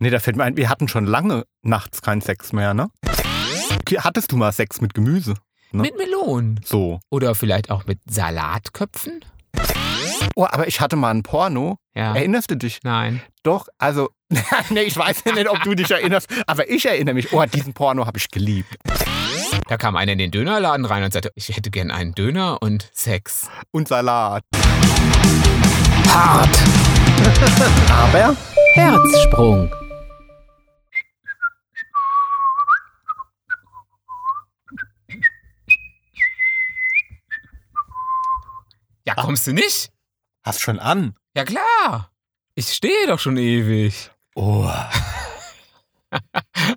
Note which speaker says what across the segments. Speaker 1: Nee, da fällt mir ein, wir hatten schon lange nachts keinen Sex mehr, ne? Okay, Hattest du mal Sex mit Gemüse? Ne?
Speaker 2: Mit Melonen.
Speaker 1: So.
Speaker 2: Oder vielleicht auch mit Salatköpfen?
Speaker 1: Oh, aber ich hatte mal ein Porno.
Speaker 2: Ja.
Speaker 1: Erinnerst du dich?
Speaker 2: Nein.
Speaker 1: Doch, also, nee, ich weiß nicht, ob du dich erinnerst, aber ich erinnere mich. Oh, diesen Porno habe ich geliebt.
Speaker 2: Da kam einer in den Dönerladen rein und sagte, ich hätte gern einen Döner und Sex.
Speaker 1: Und Salat.
Speaker 3: Hart. Aber
Speaker 2: Herzsprung. Ja, kommst du nicht?
Speaker 1: Hast schon an?
Speaker 2: Ja klar. Ich stehe doch schon ewig.
Speaker 1: Oh.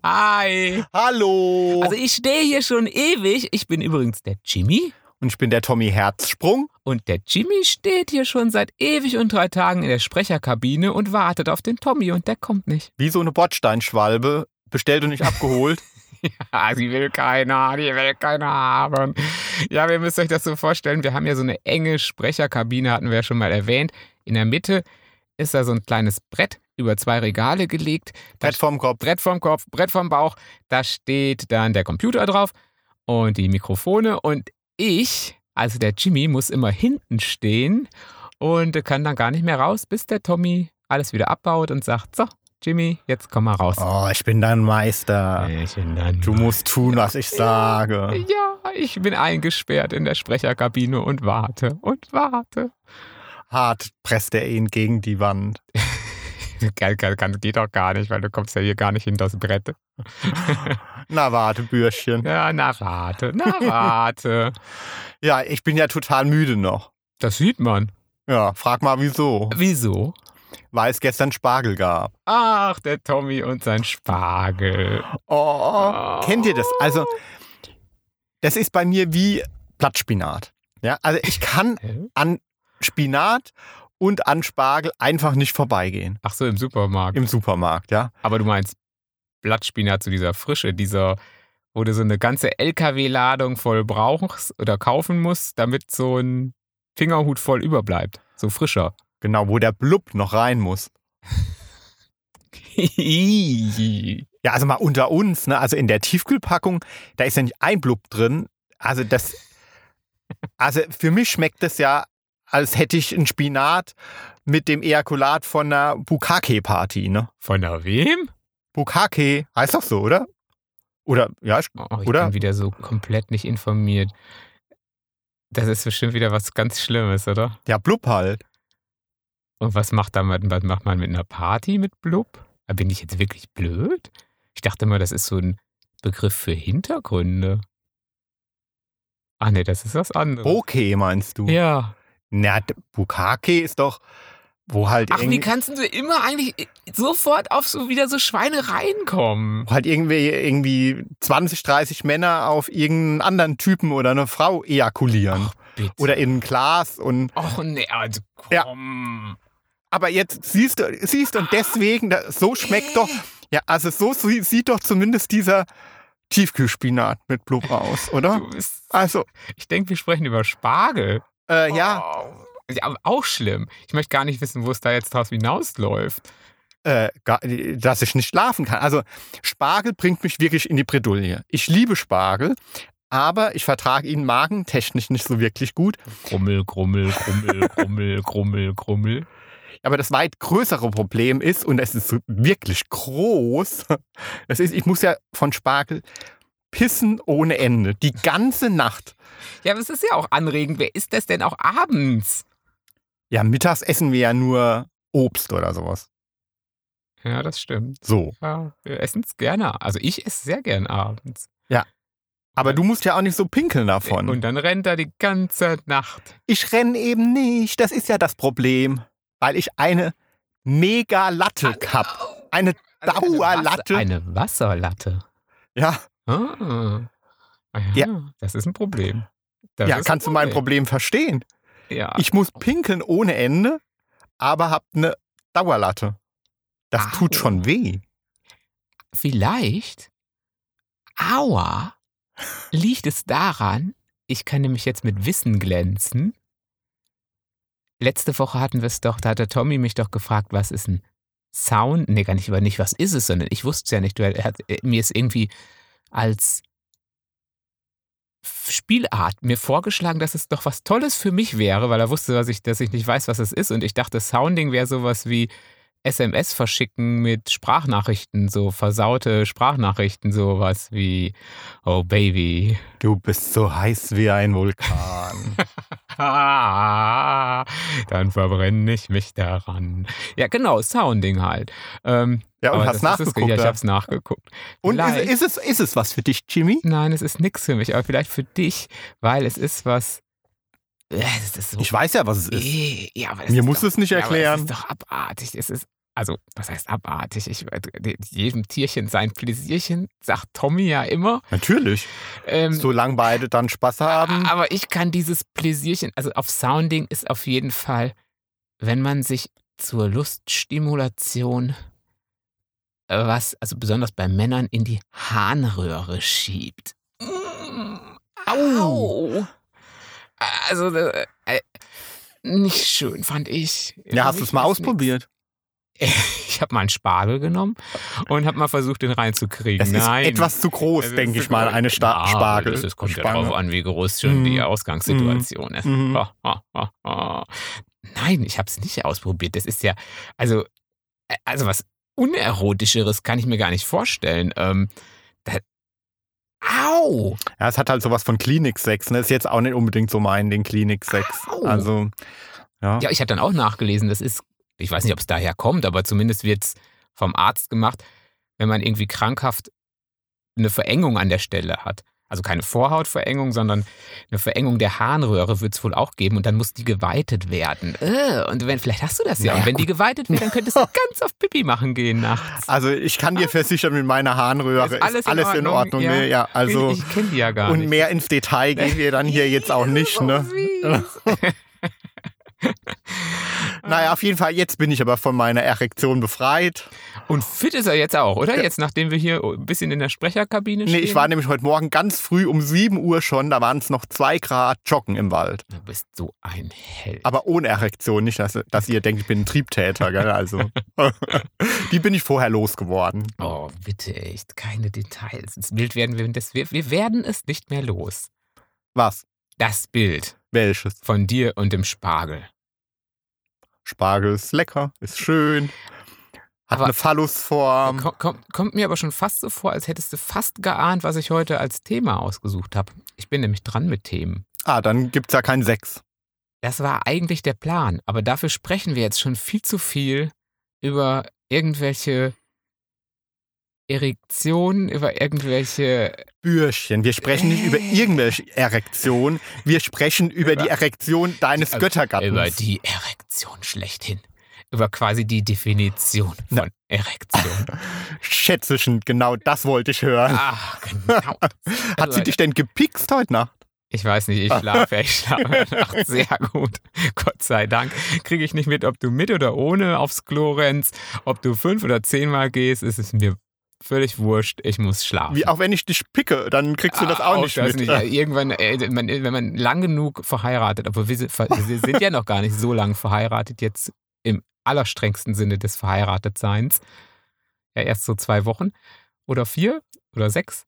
Speaker 2: Hi.
Speaker 1: Hallo.
Speaker 2: Also ich stehe hier schon ewig. Ich bin übrigens der Jimmy.
Speaker 1: und ich bin der Tommy Herzsprung.
Speaker 2: Und der Jimmy steht hier schon seit ewig und drei Tagen in der Sprecherkabine und wartet auf den Tommy und der kommt nicht.
Speaker 1: Wie so eine Bordsteinschwalbe. Bestellt und nicht abgeholt.
Speaker 2: Ja, sie will keiner, die will keiner haben. Ja, wir müsst euch das so vorstellen. Wir haben ja so eine enge Sprecherkabine, hatten wir ja schon mal erwähnt. In der Mitte ist da so ein kleines Brett über zwei Regale gelegt. Da
Speaker 1: Brett vorm Kopf.
Speaker 2: Brett vom Kopf, Brett vom Bauch. Da steht dann der Computer drauf und die Mikrofone. Und ich, also der Jimmy, muss immer hinten stehen und kann dann gar nicht mehr raus, bis der Tommy alles wieder abbaut und sagt: So, Jimmy, jetzt komm mal raus.
Speaker 1: Oh, ich bin dein Meister.
Speaker 2: Ich bin dann
Speaker 1: Du musst tun, was ich sage.
Speaker 2: Ja, ich bin eingesperrt in der Sprecherkabine und warte und warte.
Speaker 1: Hart presst er ihn gegen die Wand.
Speaker 2: Kann, kann, kann, geht doch gar nicht, weil du kommst ja hier gar nicht hinter das Brett.
Speaker 1: Na, warte, Bürschchen.
Speaker 2: Ja, na warte, na warte.
Speaker 1: Ja, ich bin ja total müde noch.
Speaker 2: Das sieht man.
Speaker 1: Ja, frag mal wieso.
Speaker 2: Wieso?
Speaker 1: Weil es gestern Spargel gab.
Speaker 2: Ach, der Tommy und sein Spargel.
Speaker 1: Oh, kennt ihr das? Also, das ist bei mir wie Blattspinat. Ja, also ich kann
Speaker 2: Hä?
Speaker 1: an Spinat und an Spargel einfach nicht vorbeigehen.
Speaker 2: Ach so, im Supermarkt.
Speaker 1: Im Supermarkt, ja.
Speaker 2: Aber du meinst Blattspinat zu dieser Frische, dieser, wo du so eine ganze LKW-Ladung voll brauchst oder kaufen musst, damit so ein Fingerhut voll überbleibt. So frischer.
Speaker 1: Genau, wo der Blub noch rein muss.
Speaker 2: ja,
Speaker 1: Ja, also mal unter uns, ne? Also in der Tiefkühlpackung, da ist ja nicht ein Blub drin. Also das, also für mich schmeckt das ja, als hätte ich einen Spinat mit dem Ejakulat von einer Bukake-Party, ne?
Speaker 2: von der wem?
Speaker 1: Bukake, heißt doch so, oder? Oder, ja, ich-
Speaker 2: Oh, ich
Speaker 1: Oder?
Speaker 2: bin wieder so komplett nicht informiert. Das ist bestimmt wieder was ganz Schlimmes, oder?
Speaker 1: ja, Blub halt.
Speaker 2: Und was macht, da, man- was macht man mit einer Party mit Blub? Ah, Bin ich jetzt wirklich blöd? Ich dachte mal, das ist so ein Begriff für Hintergründe. Ah nee, das ist was anderes.
Speaker 1: Bokeh meinst du?
Speaker 2: Ja.
Speaker 1: Na, d- Bukake ist doch, wo halt,
Speaker 2: Ach, wie
Speaker 1: irgendwie,
Speaker 2: kannst du immer eigentlich sofort auf so wieder so Schweine reinkommen?
Speaker 1: wo halt irgendwie, irgendwie 20, 30 Männer auf irgendeinen anderen Typen oder eine Frau ejakulieren.
Speaker 2: Bitte.
Speaker 1: Oder in ein Glas und
Speaker 2: Och nee, also
Speaker 1: Ja.
Speaker 2: komm.
Speaker 1: aber jetzt siehst du, siehst und deswegen, da- so schmeckt doch, ja, also so sie- sieht doch zumindest dieser Tiefkühlspinat mit Blub aus, oder?
Speaker 2: Du bist
Speaker 1: Also,
Speaker 2: Ich denke, wir sprechen über Spargel.
Speaker 1: äh, ja,
Speaker 2: Oh. ja. aber Auch schlimm. Ich möchte gar nicht wissen, wo es da jetzt draus hinausläuft.
Speaker 1: äh, ga- dass ich nicht schlafen kann. Also, Spargel bringt mich wirklich in die Bredouille. Ich liebe Spargel, aber ich vertrage ihn magentechnisch nicht so wirklich gut.
Speaker 2: Krummel, krummel, krummel, krummel, krummel, krummel.
Speaker 1: Aber das weit größere Problem ist, und es ist wirklich groß, das ist, ich muss ja von Spargel pissen ohne Ende. Die ganze Nacht.
Speaker 2: Ja, aber es ist ja auch anregend. Wer isst das denn auch abends?
Speaker 1: Ja, mittags essen wir ja nur Obst oder sowas.
Speaker 2: Ja, das stimmt.
Speaker 1: So.
Speaker 2: Ja, wir essen es gerne. Also ich esse sehr gern abends.
Speaker 1: Aber du musst ja auch nicht so pinkeln davon.
Speaker 2: Und dann rennt er die ganze Nacht.
Speaker 1: ich renne eben nicht. Das ist ja das Problem. Weil ich eine mega Latte hab. Eine Dauerlatte.
Speaker 2: Also Eine, Wasser, eine Wasserlatte.
Speaker 1: ja,
Speaker 2: Ah. Ah ja, das ist ein Problem. Das
Speaker 1: ja
Speaker 2: ist ein
Speaker 1: kannst du mein Problem verstehen?
Speaker 2: Ja.
Speaker 1: Ich muss pinkeln ohne Ende, aber hab eine Dauerlatte. Das
Speaker 2: Au.
Speaker 1: tut schon weh.
Speaker 2: Vielleicht, aua, liegt es daran, ich kann nämlich jetzt mit Wissen glänzen. Letzte Woche hatten wir es doch, da hat der Tommy mich doch gefragt, was ist ein Sound, nee, gar nicht über nicht, was ist es, sondern ich wusste es ja nicht. Du, er hat, äh, mir ist irgendwie als Spielart mir vorgeschlagen, dass es doch was Tolles für mich wäre, weil er wusste, dass ich, dass ich nicht weiß, was es ist. Und ich dachte, Sounding wäre sowas wie SMS verschicken mit Sprachnachrichten, so versaute Sprachnachrichten, sowas wie Oh Baby.
Speaker 1: Du bist so heiß wie ein Vulkan.
Speaker 2: Dann verbrenne ich mich daran. Ja, genau, Sounding halt. Ähm,
Speaker 1: ja, und hast nachgeguckt.
Speaker 2: ja, ich hab's nachgeguckt.
Speaker 1: Und ist, ist, es, ist es was für dich, Jimmy?
Speaker 2: Nein, es ist nichts für mich, aber vielleicht für dich, weil es ist was äh,
Speaker 1: so ich weiß ja, was es ist.
Speaker 2: Ja, aber
Speaker 1: Mir
Speaker 2: ist
Speaker 1: musst
Speaker 2: doch,
Speaker 1: du es nicht erklären.
Speaker 2: Ja, es ist doch abartig. Es ist, also, was heißt abartig? Ich, äh, jedem Tierchen sein Pläsierchen, sagt Tommy ja immer.
Speaker 1: Natürlich. Ähm, Ah, Solange beide dann Spaß haben.
Speaker 2: Aber ich kann dieses Pläsierchen, also auf Sounding ist auf jeden Fall, wenn man sich zur Luststimulation was, also besonders bei Männern, in die Harnröhre schiebt. Mmh. Au. Au also äh, nicht schön, fand ich.
Speaker 1: Ja, hast du es mal ausprobiert?
Speaker 2: Ich habe mal einen Spargel genommen und habe mal versucht, den reinzukriegen.
Speaker 1: Es
Speaker 2: Nein.
Speaker 1: ist etwas zu groß, denke ich mal,
Speaker 2: genau,
Speaker 1: eine Sta
Speaker 2: ja,
Speaker 1: Spargel. Mhm.
Speaker 2: Es kommt Spange. ja darauf an, wie groß schon die Ausgangssituation ist. Mm. Oh, oh, oh, Nein, ich habe es nicht ausprobiert. Das ist ja, also, also was Unerotischeres kann ich mir gar nicht vorstellen. Ähm, da, Au!
Speaker 1: Ja, es hat halt sowas von Klinik-Sex. Ne? Ist jetzt auch nicht unbedingt so mein, den Klinik-Sex. Also, ja.
Speaker 2: Ja, ich habe dann auch nachgelesen, das ist, ich weiß nicht, ob es daher kommt, aber zumindest wird es vom Arzt gemacht, wenn man irgendwie krankhaft eine Verengung an der Stelle hat. Also keine Vorhautverengung, sondern eine Verengung der Harnröhre wird es wohl auch geben und dann muss die geweitet werden. Äh, und wenn, vielleicht hast du das ja. Naja, und wenn gut. die geweitet wird, dann könntest du ganz auf Pipi machen gehen nachts.
Speaker 1: Also ich kann dir versichern, mit meiner Harnröhre ist alles, ist alles in Ordnung. In Ordnung. Ja. ja, also,
Speaker 2: ich, ich kenne die ja gar
Speaker 1: und
Speaker 2: nicht.
Speaker 1: Und mehr ins Detail gehen wir dann hier jetzt auch nicht. Ne? naja, auf jeden Fall, jetzt bin ich aber von meiner Erektion befreit.
Speaker 2: Und fit ist er jetzt auch, oder? Jetzt, nachdem wir hier ein bisschen in der Sprecherkabine stehen.
Speaker 1: Nee, ich war nämlich heute Morgen ganz früh um 7 Uhr schon, da waren es noch 2 Grad joggen im Wald.
Speaker 2: Du bist so ein Held.
Speaker 1: Aber ohne Erektion, nicht, dass, dass ihr denkt, ich bin ein Triebtäter, gell? Also, die bin ich vorher losgeworden.
Speaker 2: Oh, bitte echt, keine Details. Das Bild werden wir, das, wir, wir werden es nicht mehr los.
Speaker 1: Was?
Speaker 2: Das Bild.
Speaker 1: Welches?
Speaker 2: Von dir und dem Spargel.
Speaker 1: Spargel ist lecker, ist schön, hat aber eine Phallusform.
Speaker 2: Kommt, kommt, kommt, mir aber schon fast so vor, als hättest du fast geahnt, was ich heute als Thema ausgesucht habe. Ich bin nämlich dran mit Themen.
Speaker 1: Ah, dann gibt's ja keinen Sex.
Speaker 2: Das war eigentlich der Plan, aber dafür sprechen wir jetzt schon viel zu viel über irgendwelche Erektionen, über irgendwelche
Speaker 1: Bürschchen. Wir sprechen nicht über irgendwelche Erektionen. Wir sprechen über, über die Erektion deines
Speaker 2: über,
Speaker 1: Göttergattens.
Speaker 2: Über die Erektion schlechthin. Über quasi die Definition von Na. Erektion.
Speaker 1: Schätzeschen, genau das wollte ich hören.
Speaker 2: Ach, genau.
Speaker 1: Hat sie dich denn gepiekst heute Nacht?
Speaker 2: Ich weiß nicht, ich schlafe, ich schlafe nachts sehr gut. Gott sei Dank. Kriege ich nicht mit, ob du mit oder ohne aufs Klo rennst, ob du fünf oder zehnmal gehst, ist es mir Völlig wurscht, ich muss schlafen.
Speaker 1: Wie, auch wenn ich dich picke, dann kriegst du das ah, auch, auch nicht das mit. Nicht.
Speaker 2: also Irgendwann, ey, man, wenn man lang genug verheiratet, aber wir, wir sind ja noch gar nicht so lang verheiratet, jetzt im allerstrengsten Sinne des Verheiratetseins. Ja, erst so zwei Wochen oder vier oder sechs.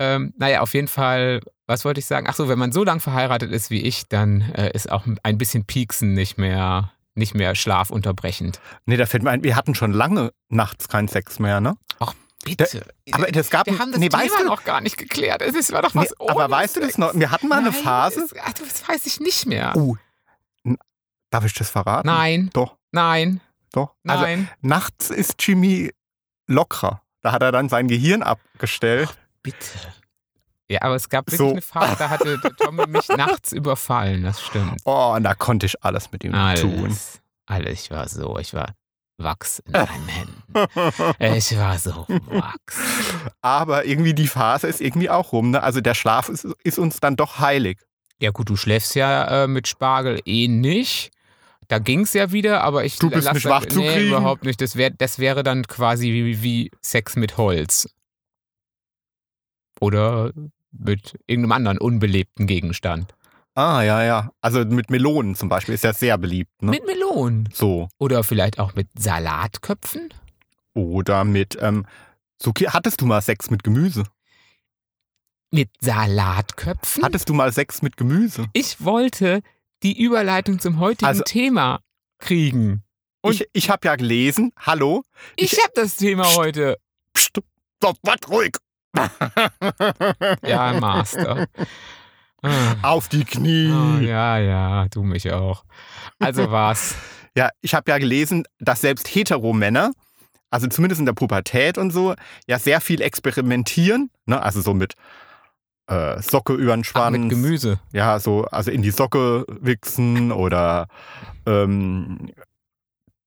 Speaker 2: Ähm, naja, auf jeden Fall, was wollte ich sagen? Ach so, wenn man so lang verheiratet ist wie ich, dann äh, ist auch ein bisschen Pieksen nicht mehr nicht mehr schlafunterbrechend.
Speaker 1: Nee, da fällt mir ein, wir hatten schon lange nachts keinen Sex mehr, ne?
Speaker 2: Ach, bitte.
Speaker 1: Da, aber das gab
Speaker 2: wir haben das nee, Thema weißt du, noch gar nicht geklärt. Es war doch was nee,
Speaker 1: Aber weißt Sex. du das noch? Wir hatten mal
Speaker 2: Nein,
Speaker 1: eine Phase.
Speaker 2: Ist, ach, das weiß ich nicht mehr.
Speaker 1: Uh, darf ich das verraten?
Speaker 2: Nein.
Speaker 1: Doch.
Speaker 2: Nein.
Speaker 1: Doch.
Speaker 2: Also, Nein.
Speaker 1: nachts ist Jimmy lockerer. Da hat er dann sein Gehirn abgestellt. Ach,
Speaker 2: bitte. Ja, aber es gab wirklich so. eine Phase, da hatte Tommy mich nachts überfallen, das stimmt.
Speaker 1: Oh, und da konnte ich alles mit ihm
Speaker 2: alles,
Speaker 1: tun.
Speaker 2: Alles, ich war so, ich war Wachs in seinen Händen. ich war so Wachs.
Speaker 1: Aber irgendwie die Phase ist irgendwie auch rum, ne? Also der Schlaf ist, ist uns dann doch heilig.
Speaker 2: Ja gut, du schläfst ja äh, mit Spargel eh nicht. Da ging es ja wieder, aber ich
Speaker 1: Du bist nicht
Speaker 2: da,
Speaker 1: wach nee, zu kriegen.
Speaker 2: überhaupt nicht. Das, wär, das wäre dann quasi wie, wie Sex mit Holz. Oder mit irgendeinem anderen unbelebten Gegenstand.
Speaker 1: Ah, ja, ja. Also mit Melonen zum Beispiel ist ja sehr beliebt. Ne?
Speaker 2: Mit Melonen.
Speaker 1: so.
Speaker 2: Oder vielleicht auch mit Salatköpfen?
Speaker 1: Oder mit ähm, Zucchini. Hattest du mal Sex mit Gemüse?
Speaker 2: Mit Salatköpfen?
Speaker 1: Hattest du mal Sex mit Gemüse?
Speaker 2: ich wollte die Überleitung zum heutigen
Speaker 1: Also-
Speaker 2: Thema kriegen. Und-
Speaker 1: ich ich habe ja gelesen, hallo,
Speaker 2: Ich, habe das Thema
Speaker 1: Psst.
Speaker 2: heute.
Speaker 1: pst, doch, wart ruhig.
Speaker 2: Ja, Master. Ah.
Speaker 1: Auf die Knie.
Speaker 2: Oh,
Speaker 1: ja.
Speaker 2: ja, ja, du mich auch. Also was?
Speaker 1: ich habe ja gelesen, dass selbst Heteromänner, also zumindest in der Pubertät und so, ja sehr viel experimentieren. Ne? Also so mit äh, Socke über den
Speaker 2: Ach,
Speaker 1: Schwanz.
Speaker 2: mit Gemüse.
Speaker 1: Ja, so, also in die Socke wichsen oder ähm,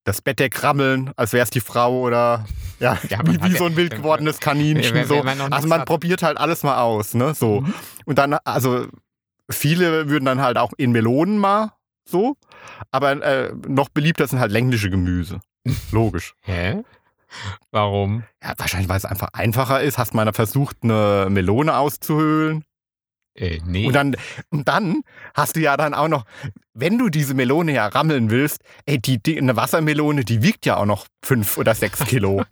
Speaker 1: das Bettdeck rammeln, als wäre es die Frau oder ja,
Speaker 2: Ja, man
Speaker 1: wie,
Speaker 2: hat
Speaker 1: wie
Speaker 2: ja-
Speaker 1: so ein wild
Speaker 2: wenn-
Speaker 1: gewordenes Kaninchen.
Speaker 2: wenn- wenn
Speaker 1: so.
Speaker 2: man noch nichts
Speaker 1: also man
Speaker 2: hat.
Speaker 1: probiert halt alles mal aus, ne? So.
Speaker 2: Mhm.
Speaker 1: Und dann, also viele würden dann halt auch in Melonen mal so, aber äh, noch beliebter sind halt längliche Gemüse. Logisch.
Speaker 2: Hä? Warum?
Speaker 1: Ja, wahrscheinlich, weil es einfach einfacher ist, hast mal versucht, eine Melone auszuhöhlen.
Speaker 2: Äh, nee.
Speaker 1: Und dann, und dann hast du ja dann auch noch, wenn du diese Melone ja rammeln willst, ey, die, die, eine Wassermelone, die wiegt ja auch noch fünf oder sechs Kilo.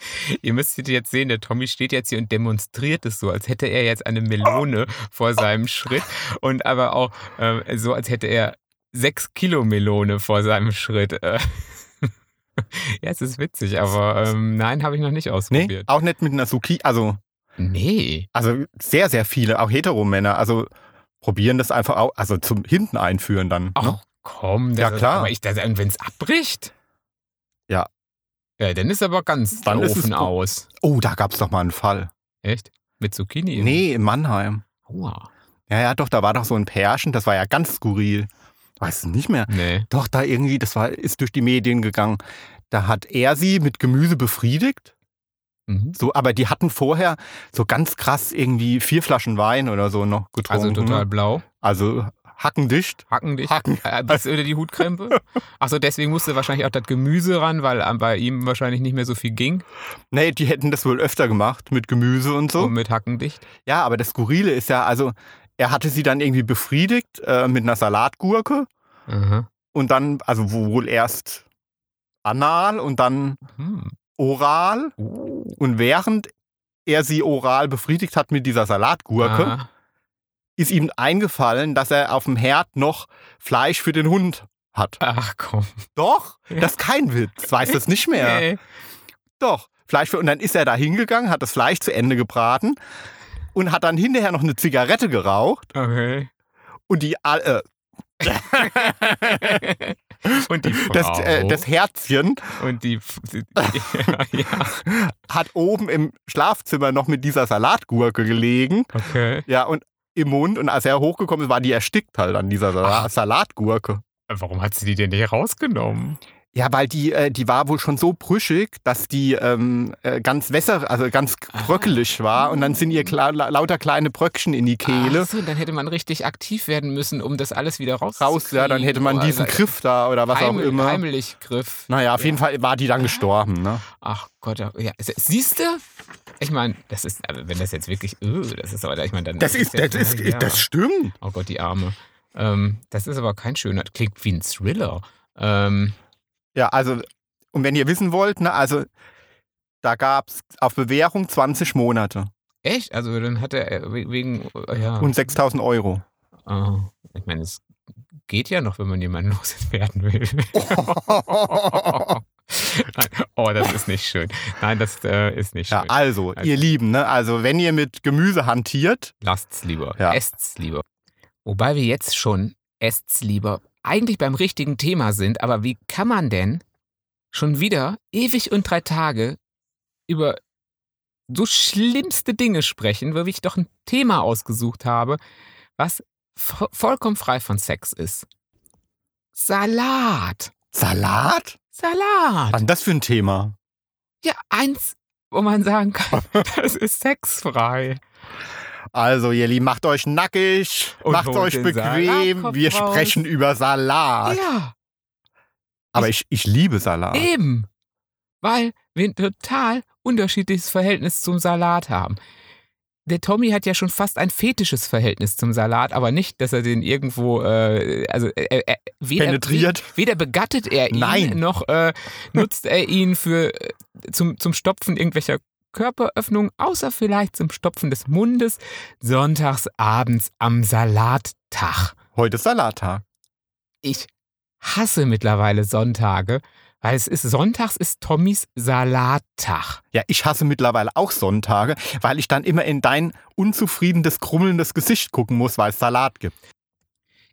Speaker 2: Ihr müsstet jetzt sehen, der Tommy steht jetzt hier und demonstriert es so, als hätte er jetzt eine Melone vor seinem Schritt und aber auch äh, so, als hätte er sechs Kilo Melone vor seinem Schritt. Äh, ja, es ist witzig, aber ähm, nein, habe ich noch nicht
Speaker 1: nee,
Speaker 2: ausprobiert.
Speaker 1: auch nicht mit einer Zuki, also,
Speaker 2: Nee.
Speaker 1: also sehr, sehr viele, auch Heteromänner, also probieren das einfach auch, also zum Hinten einführen dann.
Speaker 2: Ach
Speaker 1: Ne?
Speaker 2: komm, das
Speaker 1: Ja,
Speaker 2: ist-
Speaker 1: klar.
Speaker 2: Aber ich, das, und wenn es abbricht?
Speaker 1: Ja.
Speaker 2: Ja, dann ist aber ganz
Speaker 1: Dann
Speaker 2: der
Speaker 1: ist es
Speaker 2: Ofen
Speaker 1: gut.
Speaker 2: aus.
Speaker 1: Oh, da gab es doch mal einen Fall.
Speaker 2: Echt? Mit Zucchini?
Speaker 1: Nee, in Mannheim.
Speaker 2: Aua.
Speaker 1: Ja, ja, doch, da war doch so ein Pärchen, das war ja ganz skurril. Weiß es nicht mehr.
Speaker 2: Nee.
Speaker 1: Doch, da irgendwie, das war, ist durch die Medien gegangen. Da hat er sie mit Gemüse befriedigt
Speaker 2: Mhm.
Speaker 1: So, aber die hatten vorher so ganz krass irgendwie vier Flaschen Wein oder so noch getrunken. ne?
Speaker 2: Also total blau.
Speaker 1: Also hackendicht.
Speaker 2: Hacken dich.
Speaker 1: Hacken.
Speaker 2: Äh, Bis öde die Hutkrempe. Achso, deswegen musste wahrscheinlich auch das Gemüse ran, weil äh, bei ihm wahrscheinlich nicht mehr so viel ging.
Speaker 1: Nee, die hätten das wohl öfter gemacht mit Gemüse und so.
Speaker 2: Und mit Hackendicht.
Speaker 1: Ja, aber das Skurrile ist ja, also er hatte sie dann irgendwie befriedigt äh, mit einer Salatgurke
Speaker 2: Aha.
Speaker 1: und dann, also wohl erst anal und dann
Speaker 2: Hm.
Speaker 1: oral.
Speaker 2: Uh.
Speaker 1: Und während er sie oral befriedigt hat mit dieser Salatgurke,
Speaker 2: Ah.
Speaker 1: ist ihm eingefallen, dass er auf dem Herd noch Fleisch für den Hund hat.
Speaker 2: Ach komm.
Speaker 1: Doch, das ist kein Witz. Weiß das nicht mehr.
Speaker 2: Nee.
Speaker 1: Doch, Fleisch. Und dann ist er da hingegangen, hat das Fleisch zu Ende gebraten und hat dann hinterher noch eine Zigarette geraucht
Speaker 2: Okay.
Speaker 1: und die all- äh,
Speaker 2: Und die Frau.
Speaker 1: das, äh, das Herzchen
Speaker 2: und die. F- die- ja, ja.
Speaker 1: hat oben im Schlafzimmer noch mit dieser Salatgurke gelegen.
Speaker 2: Okay.
Speaker 1: Ja, und im Mund. Und als er hochgekommen ist, war die erstickt halt an dieser Sala Salatgurke.
Speaker 2: Warum hat sie die denn nicht rausgenommen?
Speaker 1: Ja, weil die, äh, die war wohl schon so brüschig, dass die ähm, äh, ganz wässer, also ganz
Speaker 2: Ah.
Speaker 1: bröckelig war. Und dann sind ihr kla la lauter kleine Bröckchen in die Kehle.
Speaker 2: Achso, dann hätte man richtig aktiv werden müssen, um das alles wieder rauszukriegen.
Speaker 1: raus, ja, dann hätte man
Speaker 2: Boah,
Speaker 1: diesen
Speaker 2: Alter.
Speaker 1: Griff da oder was auch
Speaker 2: Heimel-
Speaker 1: immer.
Speaker 2: Heimelig Griff.
Speaker 1: Naja, auf jeden Fall war die dann gestorben. Ne?
Speaker 2: Ach Gott, ja, ja, se- siehst du? Ich meine, das ist, also wenn das jetzt wirklich, öh, das ist aber, ich meine, dann. jetzt- ja.
Speaker 1: stimmt.
Speaker 2: Oh Gott, die Arme. Ähm, das ist aber kein schöner, klingt wie ein Thriller. Ähm,
Speaker 1: Ja, also, und wenn ihr wissen wollt, ne, also da gab es auf Bewährung 20 Monate
Speaker 2: echt? Also dann hat er äh, we- wegen, äh, ja.
Speaker 1: und 6000 Euro.
Speaker 2: Ah, ich meine, es geht ja noch, wenn man jemanden loswerden will. oh, das ist nicht schön. Nein, das äh, ist nicht
Speaker 1: ja,
Speaker 2: schön.
Speaker 1: also, ihr Lieben, ne, also wenn ihr mit Gemüse hantiert,
Speaker 2: Lasst's lieber,
Speaker 1: Ja.
Speaker 2: esst's lieber. Wobei wir jetzt schon esst's lieber eigentlich beim richtigen Thema sind, aber wie kann man denn schon wieder ewig und drei Tage über so schlimmste Dinge sprechen, weil ich doch ein Thema ausgesucht habe, was vo- vollkommen frei von Sex ist. Salat.
Speaker 1: Salat?
Speaker 2: Salat.
Speaker 1: Was ist das für ein Thema?
Speaker 2: Ja, eins, wo man sagen kann, das ist sexfrei.
Speaker 1: Also, ihr Lieben, macht euch nackig,
Speaker 2: Und
Speaker 1: macht
Speaker 2: holt
Speaker 1: euch
Speaker 2: den
Speaker 1: bequem.
Speaker 2: Salatkopf
Speaker 1: Wir
Speaker 2: raus.
Speaker 1: sprechen über Salat.
Speaker 2: Ja.
Speaker 1: Aber ich, ich liebe Salat.
Speaker 2: Eben. Weil wir ein total unterschiedliches Verhältnis zum Salat haben. der Tommy hat ja schon fast ein fetisches Verhältnis zum Salat, aber nicht, dass er den irgendwo, äh, also äh, äh, weder,
Speaker 1: Penetriert.
Speaker 2: weder begattet er ihn,
Speaker 1: Nein.
Speaker 2: noch äh, nutzt er ihn für äh, zum, zum Stopfen irgendwelcher Körperöffnungen, außer vielleicht zum Stopfen des Mundes, sonntags abends am Salattag.
Speaker 1: Heute ist Salattag.
Speaker 2: Ich hasse mittlerweile Sonntage, weil es ist sonntags ist Tommys Salattag.
Speaker 1: Ja, ich hasse mittlerweile auch Sonntage, weil ich dann immer in dein unzufriedenes, krummelndes Gesicht gucken muss, weil es Salat gibt.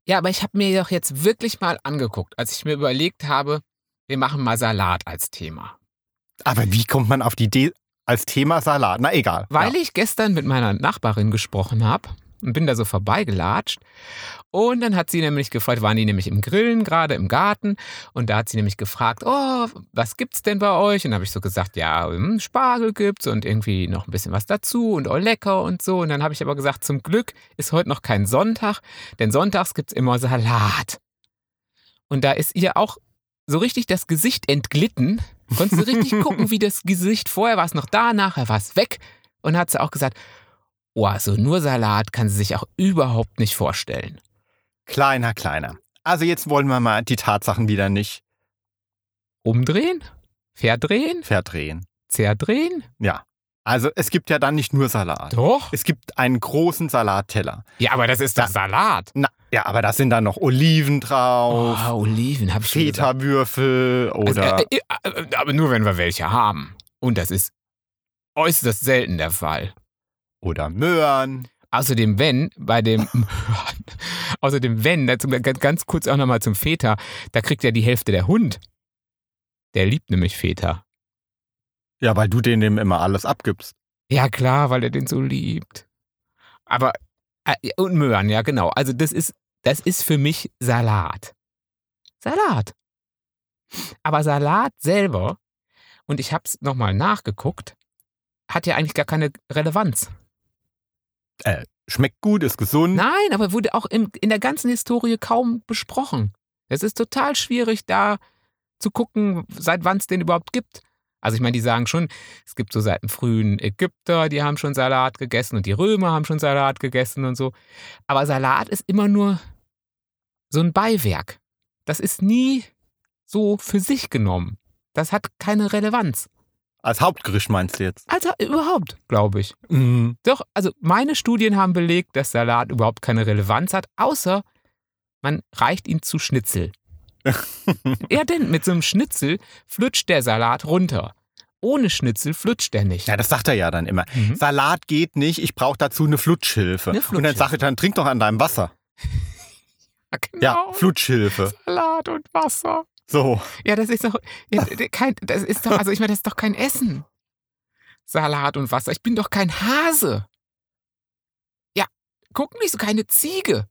Speaker 2: Ja, aber ich habe mir doch jetzt wirklich mal angeguckt, als ich mir überlegt habe, wir machen mal Salat als Thema.
Speaker 1: Aber wie kommt man auf die Idee als Thema Salat? Na egal.
Speaker 2: Weil
Speaker 1: ja.
Speaker 2: ich gestern mit meiner Nachbarin gesprochen habe und bin da so vorbeigelatscht. Und dann hat sie nämlich gefragt, waren die nämlich im Grillen gerade im Garten? Und da hat sie nämlich gefragt, oh, was gibt's denn bei euch? Und dann habe ich so gesagt, ja, hm, Spargel gibt's und irgendwie noch ein bisschen was dazu und oh lecker und so. Und dann habe ich aber gesagt, zum Glück ist heute noch kein Sonntag, denn sonntags gibt's immer Salat. Und da ist ihr auch so richtig das Gesicht entglitten. Konntest du richtig gucken, wie das Gesicht vorher war es noch da, nachher war es weg. Und hat sie auch gesagt, oh, so nur Salat kann sie sich auch überhaupt nicht vorstellen.
Speaker 1: Kleiner, kleiner. Also jetzt wollen wir mal die Tatsachen wieder nicht
Speaker 2: Umdrehen? Verdrehen?
Speaker 1: verdrehen.
Speaker 2: Zerdrehen?
Speaker 1: Also es gibt ja dann nicht nur Salat.
Speaker 2: Doch.
Speaker 1: Es gibt einen großen Salatteller.
Speaker 2: Ja, aber das ist doch Salat.
Speaker 1: Na, ja, aber da sind dann noch Oliven
Speaker 2: Oh,
Speaker 1: drauf,
Speaker 2: Oliven habe ich schon gesagt.
Speaker 1: Feta-Würfel
Speaker 2: Also,
Speaker 1: oder...
Speaker 2: äh, äh, äh, aber nur, wenn wir welche haben. Und das ist äußerst selten der Fall.
Speaker 1: oder Möhren.
Speaker 2: Außerdem, wenn, bei dem, außerdem, wenn, dazu ganz, ganz kurz auch nochmal zum Feta, da kriegt ja die Hälfte der Hund. Der liebt nämlich Feta.
Speaker 1: Ja, weil du denen eben immer alles abgibst.
Speaker 2: Ja, klar, weil er den so liebt. Aber, äh, ja, und Möhren, ja, genau. Also, das ist, das ist für mich Salat. Salat. Aber Salat selber, und ich hab's nochmal nachgeguckt, hat ja eigentlich gar keine Relevanz.
Speaker 1: Schmeckt gut, ist gesund.
Speaker 2: Nein, aber wurde auch in, in der ganzen Historie kaum besprochen. Es ist total schwierig, da zu gucken, seit wann es den überhaupt gibt. Also ich meine, die sagen schon, es gibt so seit dem frühen Ägypter, die haben schon Salat gegessen und die Römer haben schon Salat gegessen und so. Aber Salat ist immer nur so ein Beiwerk. Das ist nie so für sich genommen. Das hat keine Relevanz.
Speaker 1: Als Hauptgericht meinst du jetzt?
Speaker 2: Also überhaupt, glaube ich.
Speaker 1: Mhm.
Speaker 2: Doch, also meine Studien haben belegt, dass Salat überhaupt keine Relevanz hat, außer man reicht ihn zu Schnitzel. ja, denn mit so einem Schnitzel flutscht der Salat runter. Ohne Schnitzel flutscht er nicht.
Speaker 1: Ja, das sagt er ja dann immer.
Speaker 2: Mhm.
Speaker 1: Salat geht nicht, ich brauche dazu eine Flutschhilfe. Und
Speaker 2: Eine
Speaker 1: dann
Speaker 2: Flutschhilfe.
Speaker 1: sag ich, dann trink doch an deinem Wasser. Ja, Flutschhilfe.
Speaker 2: Genau, Salat und Wasser.
Speaker 1: So.
Speaker 2: Ja, das ist doch ja, d- kein, das ist doch, also ich meine, das ist doch kein Essen. Salat und Wasser. Ich bin doch kein Hase. Ja, guck nicht so, keine Ziege.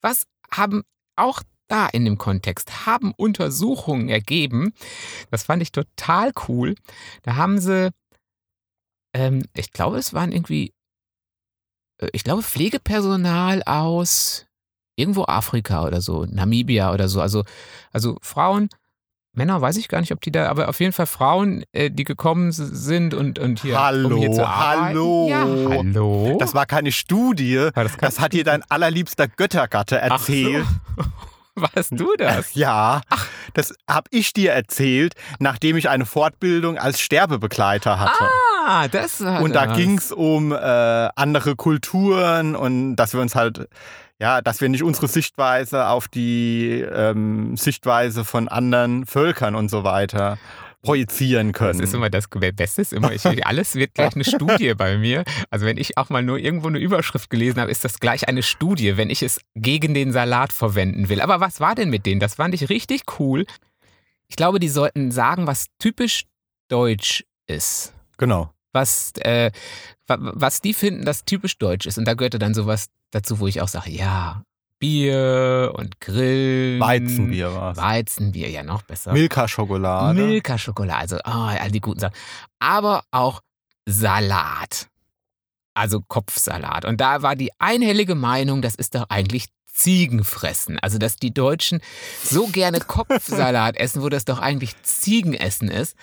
Speaker 2: Was haben auch da in dem Kontext, haben Untersuchungen ergeben. Das fand ich total cool. Da haben sie, ähm, ich glaube, es waren irgendwie, äh, ich glaube, Pflegepersonal aus irgendwo Afrika oder so, Namibia oder so. Also, also Frauen, Männer weiß ich gar nicht, ob die da, aber auf jeden Fall Frauen, äh, die gekommen s- sind und, und hier, um
Speaker 1: Hallo,
Speaker 2: hier zu arbeiten.
Speaker 1: hallo.
Speaker 2: Ja, hallo.
Speaker 1: Das war keine Studie.
Speaker 2: war das,
Speaker 1: Das hat dir dein allerliebster Göttergatte erzählt. Äh,
Speaker 2: Ach so. Warst du das?
Speaker 1: Ja, das habe ich dir erzählt, nachdem ich eine Fortbildung als Sterbebegleiter hatte.
Speaker 2: Ah, das war
Speaker 1: und da
Speaker 2: das.
Speaker 1: ging es um äh, andere Kulturen und dass wir uns halt, ja, dass wir nicht unsere Sichtweise auf die ähm, Sichtweise von anderen Völkern und so weiter projizieren können.
Speaker 2: Das ist immer das Be- Beste, ist immer, ich, alles wird gleich eine Studie bei mir. Also wenn ich auch mal nur irgendwo eine Überschrift gelesen habe, ist das gleich eine Studie, wenn ich es gegen den Salat verwenden will. Aber was war denn mit denen? Das fand ich richtig cool. Ich glaube, die sollten sagen, was typisch deutsch ist.
Speaker 1: genau.
Speaker 2: was, äh, wa- was die finden, das typisch deutsch ist. Und da gehörte dann sowas dazu, wo ich auch sage, ja, Bier und Grillen.
Speaker 1: Weizenbier war es.
Speaker 2: Weizenbier, ja, noch besser.
Speaker 1: Milka-Schokolade.
Speaker 2: Milka-Schokolade, also ah, all die guten Sachen. Aber auch Salat. Also Kopfsalat. Und da war die einhellige Meinung, das ist doch eigentlich Ziegenfressen. Also, dass die Deutschen so gerne Kopfsalat essen, wo das doch eigentlich Ziegenessen ist,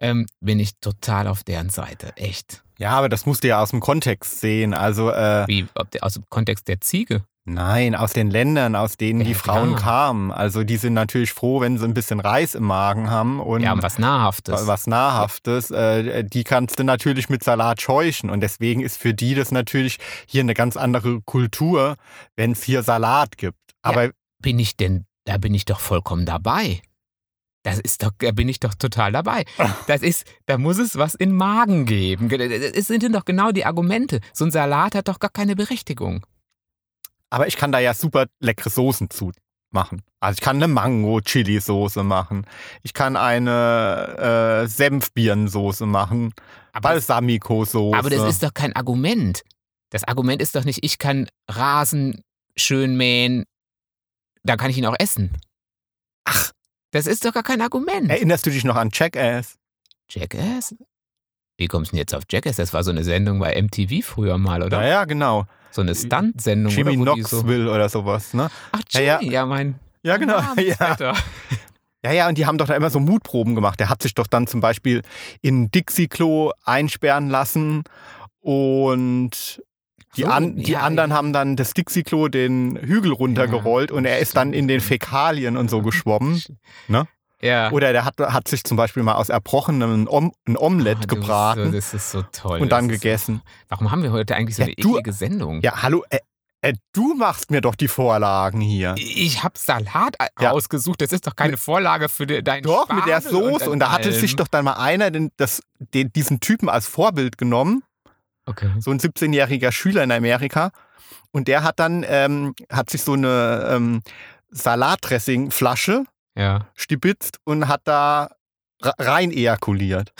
Speaker 2: ähm, bin ich total auf deren Seite. Echt.
Speaker 1: Ja, aber das musst du ja aus dem Kontext sehen. Also, äh,
Speaker 2: Wie, ob der, aus dem Kontext der Ziege.
Speaker 1: nein, aus den Ländern, aus denen die
Speaker 2: Ja,
Speaker 1: Frauen
Speaker 2: klar.
Speaker 1: kamen. Also, die sind natürlich froh, wenn sie ein bisschen Reis im Magen haben und
Speaker 2: Ja, und was Nahrhaftes.
Speaker 1: wa- was Nahrhaftes. Äh, die kannst du natürlich mit Salat scheuchen. Und deswegen ist für die das natürlich hier eine ganz andere Kultur, wenn es hier Salat gibt. Aber
Speaker 2: Bin ich denn, da bin ich doch vollkommen dabei. Das ist doch, da bin ich doch total dabei. Das ist, da muss es was in den Magen geben. Es sind denn doch genau die Argumente. So ein Salat hat doch gar keine Berechtigung.
Speaker 1: Aber ich kann da ja super leckere Soßen zu machen. Also ich kann eine Mango-Chili-Soße machen. Ich kann eine äh, Senfbirnensoße machen.
Speaker 2: Aber,
Speaker 1: Balsamico-Soße.
Speaker 2: aber das ist doch kein Argument. Das Argument ist doch nicht, ich kann Rasen schön mähen, da kann ich ihn auch essen. Ach, das ist doch gar kein Argument.
Speaker 1: Erinnerst du dich noch an Jackass?
Speaker 2: Jackass? Wie kommst du denn jetzt auf Jackass? Das war so eine Sendung bei MTV früher mal, oder?
Speaker 1: Ja, ja, genau.
Speaker 2: So eine Stunt-Sendung.
Speaker 1: Jimmy
Speaker 2: oder wo die So,
Speaker 1: Knoxville oder sowas, ne?
Speaker 2: ach,
Speaker 1: Ja,
Speaker 2: Jimmy,
Speaker 1: ja.
Speaker 2: ja, mein.
Speaker 1: Ja, genau.
Speaker 2: mein
Speaker 1: Ja.
Speaker 2: Namensvetter.
Speaker 1: ja, ja, und die haben doch da immer so Mutproben gemacht. Der hat sich doch dann zum Beispiel in ein Dixie-Klo einsperren lassen und Die,
Speaker 2: So,
Speaker 1: an, die
Speaker 2: ja,
Speaker 1: anderen
Speaker 2: ja.
Speaker 1: haben dann das Dixie-Klo den Hügel runtergerollt und er ist dann in den Fäkalien und so geschwommen. ne?
Speaker 2: Ja.
Speaker 1: Oder der hat, hat sich zum Beispiel mal aus Erbrochenem Om, ein
Speaker 2: Ah,
Speaker 1: Omelett
Speaker 2: du bist So,
Speaker 1: gebraten
Speaker 2: das ist so toll.
Speaker 1: und dann
Speaker 2: Das ist
Speaker 1: gegessen.
Speaker 2: So, warum haben wir heute eigentlich so
Speaker 1: Ja,
Speaker 2: eine
Speaker 1: du-
Speaker 2: eklige Sendung?
Speaker 1: Ja, hallo, äh, äh, du machst mir doch die Vorlagen hier.
Speaker 2: Ich habe Salat
Speaker 1: Ja.
Speaker 2: ausgesucht. Das ist doch keine Vorlage für de- deinen
Speaker 1: Doch, mit der
Speaker 2: Spargel
Speaker 1: Soße.
Speaker 2: dein
Speaker 1: Und, da hatte
Speaker 2: Alm.
Speaker 1: sich doch dann mal einer den, das, den, diesen Typen als Vorbild genommen.
Speaker 2: Okay.
Speaker 1: so ein 17-jähriger Schüler in Amerika. Und der hat dann, ähm, hat sich so eine ähm, Salatdressing-Flasche
Speaker 2: Ja.
Speaker 1: stibitzt und hat da ra- rein ejakuliert.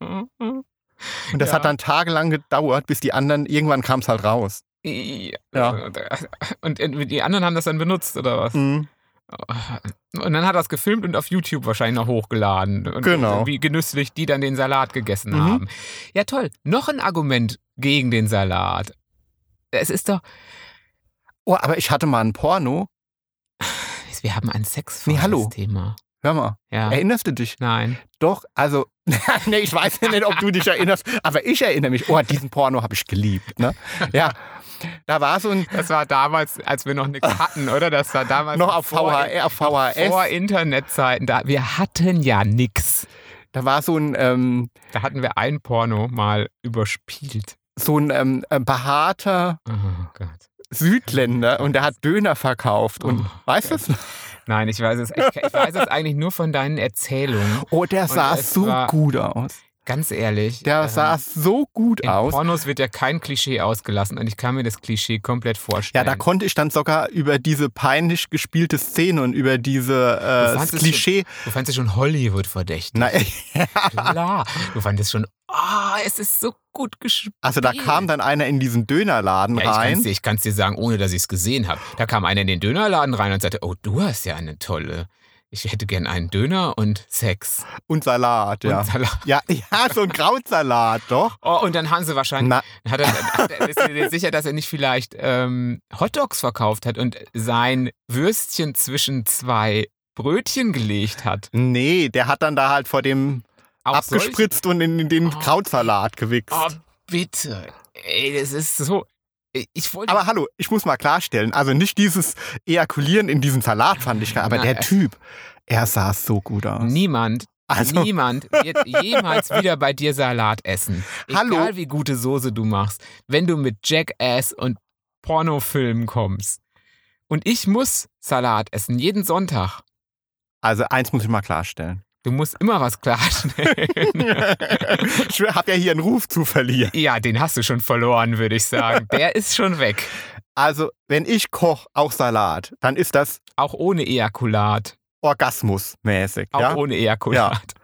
Speaker 1: Mhm. Und das
Speaker 2: Ja.
Speaker 1: hat dann tagelang gedauert, bis die anderen, irgendwann kam es halt raus. Ja.
Speaker 2: Ja. Und die anderen haben das dann benutzt, oder was?
Speaker 1: Mhm.
Speaker 2: Und dann hat er es gefilmt und auf YouTube wahrscheinlich noch hochgeladen. Und
Speaker 1: Genau.
Speaker 2: Wie genüsslich die dann den Salat gegessen
Speaker 1: Mhm.
Speaker 2: haben. Ja, toll. Noch ein Argument gegen den Salat. Es ist doch,
Speaker 1: Oh, aber ich hatte mal ein Porno.
Speaker 2: wir haben ein sexvolles
Speaker 1: Nee, hallo.
Speaker 2: Thema.
Speaker 1: Hör mal,
Speaker 2: Ja.
Speaker 1: erinnerst du dich?
Speaker 2: Nein.
Speaker 1: Doch, also, nee, ich weiß ja nicht, ob du dich erinnerst, aber ich erinnere mich. Oh, diesen Porno habe ich geliebt. Ne? Ja, da war so ein,
Speaker 2: Das war damals, als wir noch nichts hatten, oder? Das war damals
Speaker 1: noch auf
Speaker 2: Also vor-
Speaker 1: VHR, auf VHS,
Speaker 2: Vor Internetzeiten. Da, wir hatten ja nix.
Speaker 1: da war so ein, ähm,
Speaker 2: Da hatten wir ein Porno mal überspielt.
Speaker 1: so ein ähm, äh, behaarter
Speaker 2: Oh Gott.
Speaker 1: Südländer und der hat Döner verkauft. Und
Speaker 2: Oh,
Speaker 1: weißt du?
Speaker 2: Nein, ich weiß es. Ich, ich weiß es eigentlich nur von deinen Erzählungen.
Speaker 1: Oh, der
Speaker 2: Und
Speaker 1: sah
Speaker 2: es
Speaker 1: so
Speaker 2: war-
Speaker 1: gut aus.
Speaker 2: Ganz ehrlich.
Speaker 1: Der
Speaker 2: ähm,
Speaker 1: sah so gut
Speaker 2: in
Speaker 1: aus.
Speaker 2: Pornos wird ja kein Klischee ausgelassen und ich kann mir das Klischee komplett
Speaker 1: Ja,
Speaker 2: vorstellen.
Speaker 1: da konnte ich dann sogar über diese peinlich gespielte Szene und über diese äh, das
Speaker 2: fandest es
Speaker 1: Klischee.
Speaker 2: du fandest schon Hollywood verdächtig.
Speaker 1: Na,
Speaker 2: Klar. Du fandest schon, ah, es ist so gut gespielt.
Speaker 1: also da kam dann einer in diesen Dönerladen
Speaker 2: Ja, ich kann's
Speaker 1: rein.
Speaker 2: dir, ich kann's dir sagen, ohne dass ich es gesehen habe. Da kam einer in den Dönerladen rein und sagte, oh, du hast ja eine tolle. Ich hätte gern einen Döner und Sex
Speaker 1: Und Salat, ja.
Speaker 2: und Salat.
Speaker 1: ja. Ja, so ein Krautsalat, doch.
Speaker 2: Oh, und dann haben sie wahrscheinlich
Speaker 1: Na,
Speaker 2: Hat er, hat er, ist dir denn sicher, dass er nicht vielleicht ähm, Hotdogs verkauft hat und sein Würstchen zwischen zwei Brötchen gelegt hat?
Speaker 1: nee, der hat dann da halt vor dem
Speaker 2: Auch solche-
Speaker 1: abgespritzt und in, in den
Speaker 2: Oh.
Speaker 1: Krautsalat gewichst.
Speaker 2: Oh, bitte. Ey, das ist so. Ich wollte.
Speaker 1: Aber hallo, ich muss mal klarstellen, also nicht dieses Ejakulieren in diesen Salat fand ich geil, aber
Speaker 2: Na,
Speaker 1: der
Speaker 2: äh.
Speaker 1: Typ, er sah so gut aus.
Speaker 2: Niemand,
Speaker 1: Also,
Speaker 2: niemand wird jemals wieder bei dir Salat essen. Egal
Speaker 1: Hallo.
Speaker 2: wie gute Soße du machst, wenn du mit Jackass und Pornofilmen kommst. Und ich muss Salat essen, jeden Sonntag.
Speaker 1: also eins muss ich mal klarstellen.
Speaker 2: Du musst immer was klarstellen.
Speaker 1: ich habe ja hier einen Ruf zu verlieren.
Speaker 2: Ja, den hast du schon verloren, würde ich sagen. Der ist schon weg.
Speaker 1: Also, wenn ich koche, auch Salat, dann ist das
Speaker 2: Auch ohne Ejakulat.
Speaker 1: orgasmusmäßig.
Speaker 2: Auch
Speaker 1: Ja?
Speaker 2: ohne Ejakulat.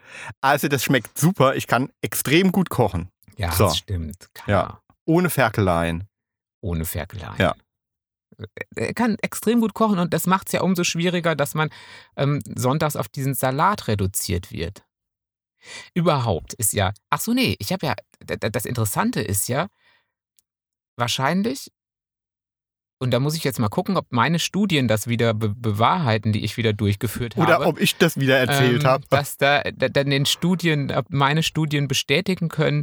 Speaker 1: Also, das schmeckt super. Ich kann extrem gut kochen.
Speaker 2: Ja,
Speaker 1: So.
Speaker 2: das stimmt. Klar.
Speaker 1: Ohne Ferkeleien.
Speaker 2: Ohne Ferkeleien.
Speaker 1: Ja.
Speaker 2: Er kann extrem gut kochen und das macht es ja umso schwieriger, dass man ähm, sonntags auf diesen Salat reduziert wird. Überhaupt ist ja. Ach so, nee, ich habe ja. d- d- Das Interessante ist ja, wahrscheinlich, und da muss ich jetzt mal gucken, ob meine Studien das wieder be bewahrheiten, die ich wieder durchgeführt habe.
Speaker 1: Oder ob ich das wieder erzählt
Speaker 2: ähm,
Speaker 1: habe.
Speaker 2: Dass da, da dann den Studien, ob meine Studien bestätigen können,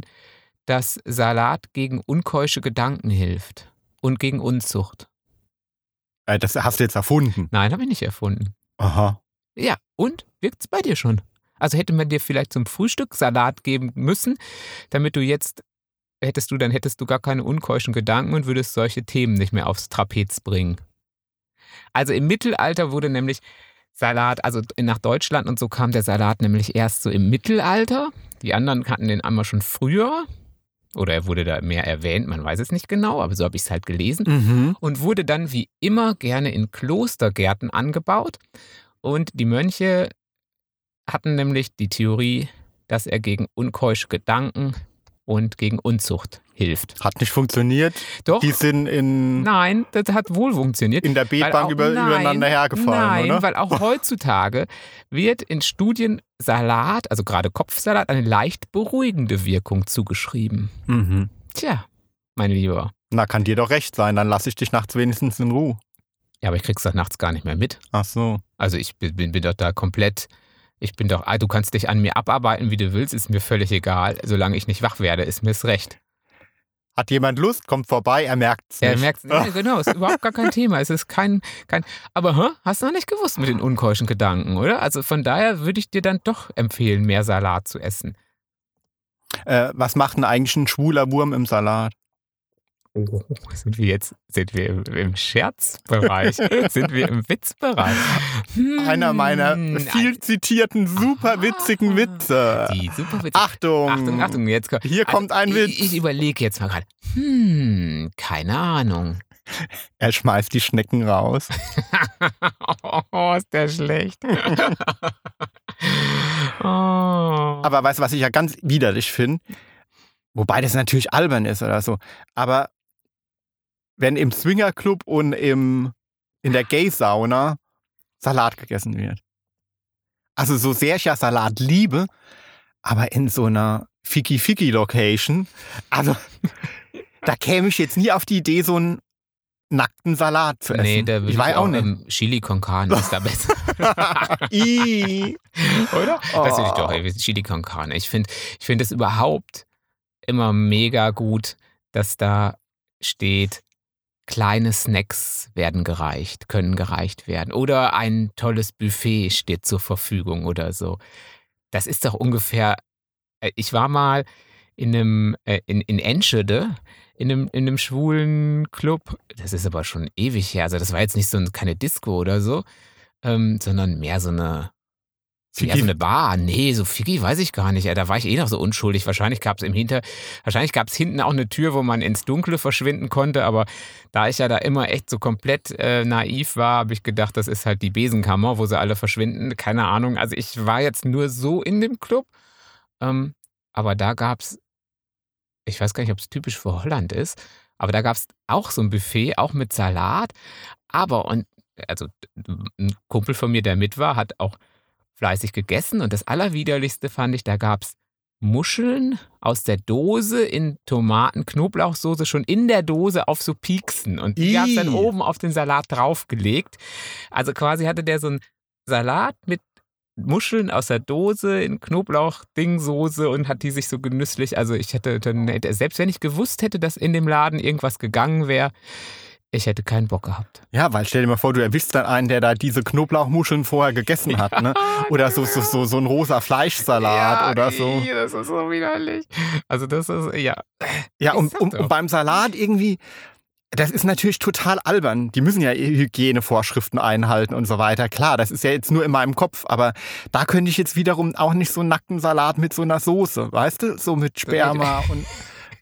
Speaker 2: dass Salat gegen unkeusche Gedanken hilft und gegen Unzucht.
Speaker 1: Äh, das hast du jetzt erfunden.
Speaker 2: Nein, habe ich nicht erfunden.
Speaker 1: Aha.
Speaker 2: Ja, und wirkt's bei dir schon? Also hätte man dir vielleicht zum Frühstück Salat geben müssen, damit du jetzt hättest du, dann hättest du gar keine unkeuschen Gedanken und würdest solche Themen nicht mehr aufs Trapez bringen. Also im Mittelalter wurde nämlich Salat, also nach Deutschland und so kam der Salat nämlich erst so im Mittelalter. Die anderen hatten den einmal schon früher. Oder er wurde da mehr erwähnt, man weiß es nicht genau, aber so habe ich es halt gelesen.
Speaker 1: Mhm.
Speaker 2: Und wurde dann wie immer gerne in Klostergärten angebaut. Und die Mönche hatten nämlich die Theorie, dass er gegen unkeusche Gedanken und gegen Unzucht hilft.
Speaker 1: Hat nicht funktioniert.
Speaker 2: Doch,
Speaker 1: Die sind in,
Speaker 2: nein, das hat wohl funktioniert.
Speaker 1: in der
Speaker 2: Weil
Speaker 1: Beetbank
Speaker 2: auch-
Speaker 1: über,
Speaker 2: nein,
Speaker 1: übereinander hergefallen,
Speaker 2: Nein,
Speaker 1: oder?
Speaker 2: weil auch heutzutage wird in Studien Salat, also gerade Kopfsalat, eine leicht beruhigende Wirkung zugeschrieben.
Speaker 1: Mhm.
Speaker 2: Tja, mein Lieber.
Speaker 1: Na, kann dir doch recht sein, dann lasse ich dich nachts wenigstens in Ruhe.
Speaker 2: Ja, aber ich krieg's doch nachts gar nicht mehr mit.
Speaker 1: Ach so.
Speaker 2: Also ich bin, bin, bin doch da komplett, ich bin doch, ah, du kannst dich an mir abarbeiten, wie du willst, ist mir völlig egal. Solange ich nicht wach werde, ist mir's recht.
Speaker 1: Hat jemand Lust, kommt vorbei, er merkt's
Speaker 2: Ja,
Speaker 1: nicht.
Speaker 2: merkst
Speaker 1: Ah.
Speaker 2: ja, genau, ist überhaupt gar kein Thema. Es ist kein, kein aber hä, hast du noch nicht gewusst mit den unkeuschen Gedanken, oder? Also von daher würde ich dir dann doch empfehlen, mehr Salat zu essen.
Speaker 1: Äh, was macht denn eigentlich ein schwuler Wurm im Salat?
Speaker 2: Oh, sind wir jetzt, sind wir im- im Scherzbereich? sind wir im Witzbereich? Hm,
Speaker 1: Einer meiner viel zitierten, super witzigen
Speaker 2: Ah.
Speaker 1: Witze.
Speaker 2: Die super Witz.
Speaker 1: Achtung!
Speaker 2: Achtung, Achtung, jetzt kommt.
Speaker 1: Hier kommt ein Witz.
Speaker 2: Ich, ich überlege jetzt mal gerade. Hm, keine Ahnung.
Speaker 1: Er schmeißt die Schnecken raus.
Speaker 2: oh, ist der schlecht. oh. Aber
Speaker 1: Aber weißt du, was ich ja ganz widerlich finde? Wobei das natürlich albern ist oder so. Aber wenn im Swingerclub und im, in der Gay-Sauna Salat gegessen wird. Also so sehr ich ja Salat liebe, aber in so einer Fiki-Fiki-Location, also da käme ich jetzt nie auf die Idee, so einen nackten Salat zu essen.
Speaker 2: nee, da
Speaker 1: ich weiß auch nicht.
Speaker 2: ähm, Chili con carne ist da besser,
Speaker 1: Ih.
Speaker 2: oder? Das will ich
Speaker 1: Oh.
Speaker 2: doch, ey, Chili con carne. Ich finde ich find es überhaupt immer mega gut, dass da steht, kleine Snacks werden gereicht, können gereicht werden. Oder ein tolles Buffet steht zur Verfügung oder so. Das ist doch ungefähr, äh, ich war mal in einem, äh, in, in Enschede, in einem, in einem schwulen Club. Das ist aber schon ewig her. Also das war jetzt nicht so ein, keine Disco oder so, ähm, sondern mehr so eine, ja, so eine Bar. Nee, so Figi weiß ich gar nicht. Ey, Da war ich eh noch so unschuldig. Wahrscheinlich gab es im Hinter, wahrscheinlich gab es hinten auch eine Tür, wo man ins Dunkle verschwinden konnte. Aber da ich ja da immer echt so komplett äh, naiv war, habe ich gedacht, das ist halt die Besenkammer, wo sie alle verschwinden. Keine Ahnung. Also ich war jetzt nur so in dem Club. Ähm, aber da gab es, ich weiß gar nicht, ob es typisch für Holland ist, aber da gab es auch so ein Buffet, auch mit Salat. Aber, und, also ein Kumpel von mir, der mit war, hat auch fleißig gegessen. Und das Allerwiderlichste fand ich, da gab es Muscheln aus der Dose in Tomaten-Knoblauchsoße schon in der Dose auf so Pieksen. Und die hat dann
Speaker 1: Ih.
Speaker 2: oben auf den Salat draufgelegt. Also quasi hatte der so einen Salat mit Muscheln aus der Dose in Knoblauch-Dingsoße und hat die sich so genüsslich. Also ich hätte dann, hätte- selbst wenn ich gewusst hätte, dass in dem Laden irgendwas gegangen wäre, ich hätte keinen Bock gehabt.
Speaker 1: Ja, weil stell dir mal vor, du erwischst dann einen, der da diese Knoblauchmuscheln vorher gegessen hat, ne? Oder so, so, so, so ein rosa Fleischsalat
Speaker 2: Ja,
Speaker 1: oder so.
Speaker 2: ih, Das ist so widerlich. Also das ist, ja.
Speaker 1: Ja,
Speaker 2: ich
Speaker 1: und,
Speaker 2: sag
Speaker 1: und,
Speaker 2: doch.
Speaker 1: und beim Salat irgendwie, das ist natürlich total albern. Die müssen ja eh Hygienevorschriften einhalten und so weiter. Klar, das ist ja jetzt nur in meinem Kopf, aber da könnte ich jetzt wiederum auch nicht so einen nackten Salat mit so einer Soße, weißt du? So mit Sperma und.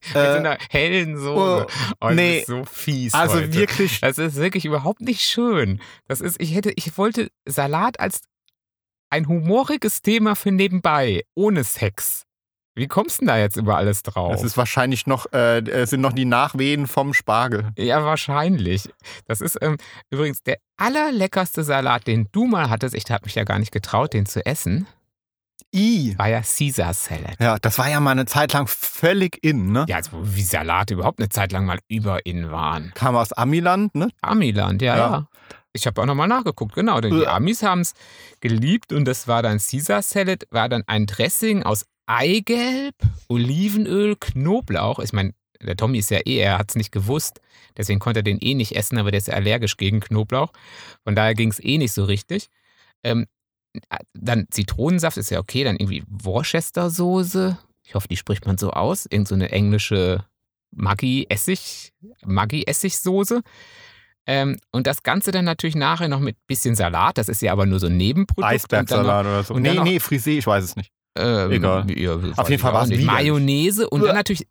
Speaker 2: Mit so
Speaker 1: Äh,
Speaker 2: einer hellen Soße. Oh,
Speaker 1: nee.
Speaker 2: das ist so fies
Speaker 1: also
Speaker 2: heute.
Speaker 1: wirklich,
Speaker 2: Das ist wirklich überhaupt nicht schön. Das ist, ich hätte, ich wollte Salat als ein humoriges Thema für nebenbei, ohne Sex. Wie kommst du denn da jetzt über alles drauf?
Speaker 1: das ist wahrscheinlich noch, äh, es sind noch die Nachwehen vom Spargel.
Speaker 2: ja, wahrscheinlich. Das ist ähm, übrigens der allerleckerste Salat, den du mal hattest. Ich habe mich ja gar nicht getraut, den zu essen.
Speaker 1: I.
Speaker 2: War ja Caesar Salad.
Speaker 1: Ja, das war ja mal eine Zeit lang völlig in, ne?
Speaker 2: Ja, also wie Salate überhaupt eine Zeit lang mal über ihn waren.
Speaker 1: Kam aus Amiland, ne?
Speaker 2: Amiland, ja, ja.
Speaker 1: Ja.
Speaker 2: Ich habe auch nochmal nachgeguckt, genau. Denn die
Speaker 1: Ja.
Speaker 2: Amis haben es geliebt und das war dann Caesar Salad, war dann ein Dressing aus Eigelb, Olivenöl, Knoblauch. Ich meine, der Tommy ist ja eh, er hat es nicht gewusst. Deswegen konnte er den eh nicht essen, aber der ist ja allergisch gegen Knoblauch. Von daher ging es eh nicht so richtig. Ähm, dann Zitronensaft ist ja okay, dann irgendwie Worcestersoße. Ich hoffe, die spricht man so aus. Irgend so eine englische Maggi-Essig, Maggi-Essigsoße. Ähm, und das Ganze dann natürlich nachher noch mit bisschen Salat. Das ist ja aber nur so ein Nebenprodukt.
Speaker 1: Eisbergsalat oder so.
Speaker 2: und dann
Speaker 1: Nee,
Speaker 2: noch-
Speaker 1: nee, Frisee, ich weiß es nicht.
Speaker 2: Ähm,
Speaker 1: Egal.
Speaker 2: ja,
Speaker 1: Auf jeden Fall war's
Speaker 2: nicht.
Speaker 1: widerlich.
Speaker 2: Mayonnaise und
Speaker 1: Uah.
Speaker 2: dann natürlich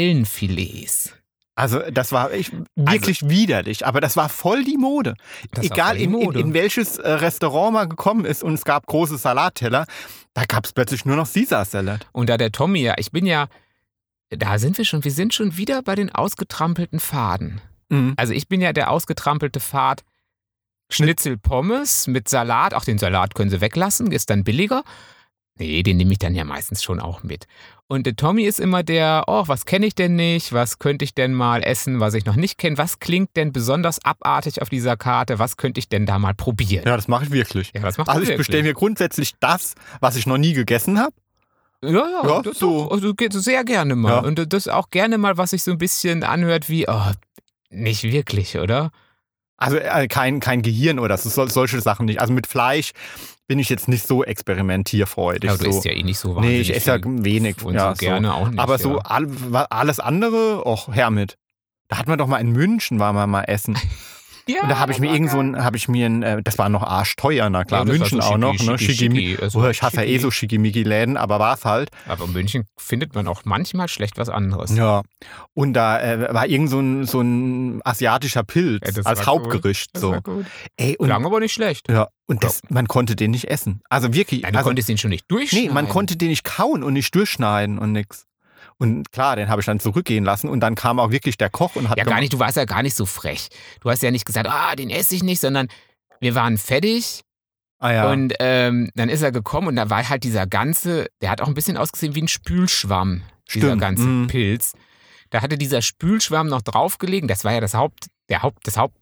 Speaker 2: Sardellenfilets. Also,
Speaker 1: Also das war ich, wirklich widerlich, aber das war voll die Mode.
Speaker 2: Das war
Speaker 1: Egal
Speaker 2: voll die
Speaker 1: in, in,
Speaker 2: Mode.
Speaker 1: in welches äh, Restaurant man gekommen ist und es gab große Salatteller, da gab es plötzlich nur noch Caesar-Salat.
Speaker 2: Und da der Tommy ja, ich bin ja, da sind wir schon, wir sind schon wieder bei den ausgetrampelten Faden.
Speaker 1: Mhm.
Speaker 2: Also ich bin ja der ausgetrampelte Pfad Schnitzel Pommes mit Salat. Auch den Salat können sie weglassen, ist dann billiger. Nee, den nehme ich dann ja meistens schon auch mit. Und der Tommy ist immer der, oh, was kenne ich denn nicht? Was könnte ich denn mal essen, was ich noch nicht kenne? Was klingt denn besonders abartig auf dieser Karte? Was könnte ich denn da mal probieren?
Speaker 1: Ja, das mache ich wirklich.
Speaker 2: Ja, was macht
Speaker 1: Also
Speaker 2: ihr
Speaker 1: ich bestelle mir grundsätzlich das, was ich noch nie gegessen habe.
Speaker 2: Ja, ja,
Speaker 1: Ja,
Speaker 2: das
Speaker 1: so.
Speaker 2: auch, also geht sehr gerne mal.
Speaker 1: Ja.
Speaker 2: Und das auch gerne mal, was sich so ein bisschen anhört wie, oh, nicht wirklich, oder?
Speaker 1: Also äh, kein, kein Gehirn oder so, sol- solche Sachen nicht. Also mit Fleisch bin ich jetzt nicht so experimentierfreudig.
Speaker 2: Aber du
Speaker 1: so.
Speaker 2: isst ja eh nicht so wahnsinnig
Speaker 1: nee, ich esse ja
Speaker 2: viel.
Speaker 1: wenig.
Speaker 2: Und
Speaker 1: ja,
Speaker 2: so gerne auch nicht.
Speaker 1: Aber so
Speaker 2: ja.
Speaker 1: all, wa- alles andere, auch her mit. Da hat man doch mal in München war man mal essen.
Speaker 2: Ja,
Speaker 1: Und da habe ich mir irgend so ein, habe ich mir ein, äh, das war noch arschteuer, na klar,
Speaker 2: das war
Speaker 1: München
Speaker 2: so
Speaker 1: auch
Speaker 2: schicki,
Speaker 1: noch, ne?
Speaker 2: schicki,
Speaker 1: Schickimi.
Speaker 2: schicki, also
Speaker 1: Oh, ich hasse ja eh
Speaker 2: schicki.
Speaker 1: so Schickimicki-Läden, aber war's halt.
Speaker 2: Aber in München findet man auch manchmal schlecht was anderes.
Speaker 1: Ja. Und da äh, war irgend so ein, so ein asiatischer Pilz
Speaker 2: Ja, das
Speaker 1: als
Speaker 2: war
Speaker 1: Hauptgericht.
Speaker 2: Das
Speaker 1: so.
Speaker 2: war gut.
Speaker 1: Ey, und,
Speaker 2: Klang aber nicht schlecht.
Speaker 1: ja, und das, man konnte den nicht essen. Also wirklich.
Speaker 2: Nein, du
Speaker 1: also,
Speaker 2: konntest ihn schon nicht durchschneiden.
Speaker 1: nee, man konnte den nicht kauen und nicht durchschneiden und nix. Und klar, den habe ich dann zurückgehen lassen und dann kam auch wirklich der Koch und hat
Speaker 2: Ja, gar
Speaker 1: gemacht-
Speaker 2: nicht, du warst ja gar nicht so frech. Du hast ja nicht gesagt, ah, den esse ich nicht, sondern wir waren fertig
Speaker 1: Ah, ja.
Speaker 2: und ähm, dann ist er gekommen und da war halt dieser ganze, der hat auch ein bisschen ausgesehen wie ein Spülschwamm, dieser
Speaker 1: Stimmt,
Speaker 2: ganze
Speaker 1: mm.
Speaker 2: Pilz. Da hatte dieser Spülschwamm noch draufgelegen, das war ja das Haupt, der Haupt, das Hauptding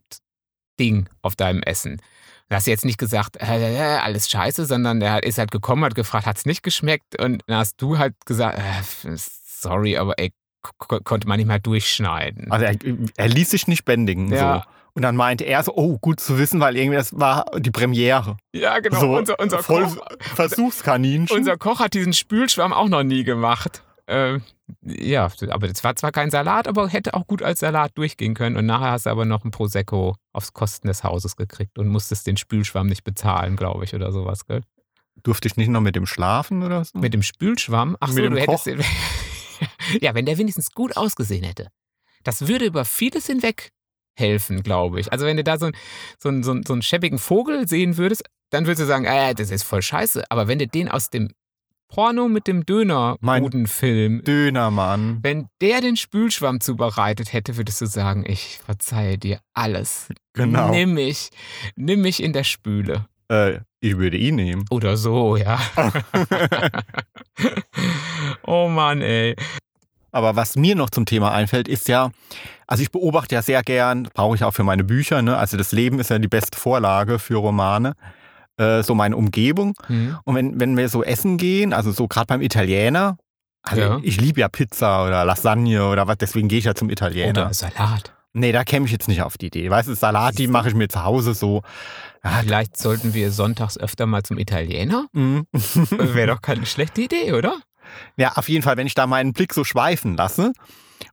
Speaker 2: auf deinem Essen. Da hast du jetzt nicht gesagt, äh, äh, alles scheiße, sondern der ist halt gekommen, hat gefragt, hat's nicht geschmeckt und dann hast du halt gesagt, äh, sorry, aber ey, ko- konnte man nicht mal durchschneiden.
Speaker 1: Also er, er ließ sich nicht bändigen.
Speaker 2: Ja.
Speaker 1: So. Und dann meinte er so, oh, gut zu wissen, weil irgendwie das war die Premiere.
Speaker 2: Ja, genau.
Speaker 1: so
Speaker 2: unser, unser,
Speaker 1: voll
Speaker 2: Koch,
Speaker 1: Versuchskaninchen.
Speaker 2: unser Koch hat diesen Spülschwamm auch noch nie gemacht. Ähm, ja, aber das war zwar kein Salat, aber hätte auch gut als Salat durchgehen können. Und nachher hast du aber noch ein Prosecco aufs Kosten des Hauses gekriegt und musstest den Spülschwamm nicht bezahlen, glaube ich, oder sowas, gell?
Speaker 1: Durfte ich nicht noch mit dem schlafen oder so?
Speaker 2: Mit dem Spülschwamm? Ach
Speaker 1: Hm.
Speaker 2: so,
Speaker 1: Mit dem
Speaker 2: du hättest
Speaker 1: Koch?
Speaker 2: den. ja, wenn der wenigstens gut ausgesehen hätte. Das würde über vieles hinweg helfen, glaube ich. Also, wenn du da so, ein, so, ein, so, ein, so einen schäbigen Vogel sehen würdest, dann würdest du sagen, äh, das ist voll scheiße. Aber wenn du den aus dem Porno mit dem Döner
Speaker 1: Mein-
Speaker 2: guten Film,
Speaker 1: Dönermann.
Speaker 2: wenn der den Spülschwamm zubereitet hätte, würdest du sagen, ich verzeihe dir alles.
Speaker 1: Genau.
Speaker 2: Nimm mich, nimm mich in der Spüle.
Speaker 1: Äh, ich würde ihn nehmen.
Speaker 2: Oder so, ja. oh Mann, ey.
Speaker 1: Aber was mir noch zum Thema einfällt, ist ja, also ich beobachte ja sehr gern, brauche ich auch für meine Bücher, ne? also das Leben ist ja die beste Vorlage für Romane, äh, so meine Umgebung.
Speaker 2: Hm?
Speaker 1: Und wenn, wenn wir so essen gehen, also so gerade beim Italiener, also
Speaker 2: Ja.
Speaker 1: ich liebe ja Pizza oder Lasagne oder was, deswegen gehe ich ja zum Italiener.
Speaker 2: Oder Salat.
Speaker 1: Nee, da käme ich jetzt nicht auf die Idee. Weißt du, Salat, die mache ich mir zu Hause so. Ah,
Speaker 2: Vielleicht sollten wir sonntags öfter mal zum Italiener.
Speaker 1: mm.
Speaker 2: Wäre doch keine schlechte Idee, oder?
Speaker 1: ja, auf jeden Fall, wenn ich da meinen Blick so schweifen lasse.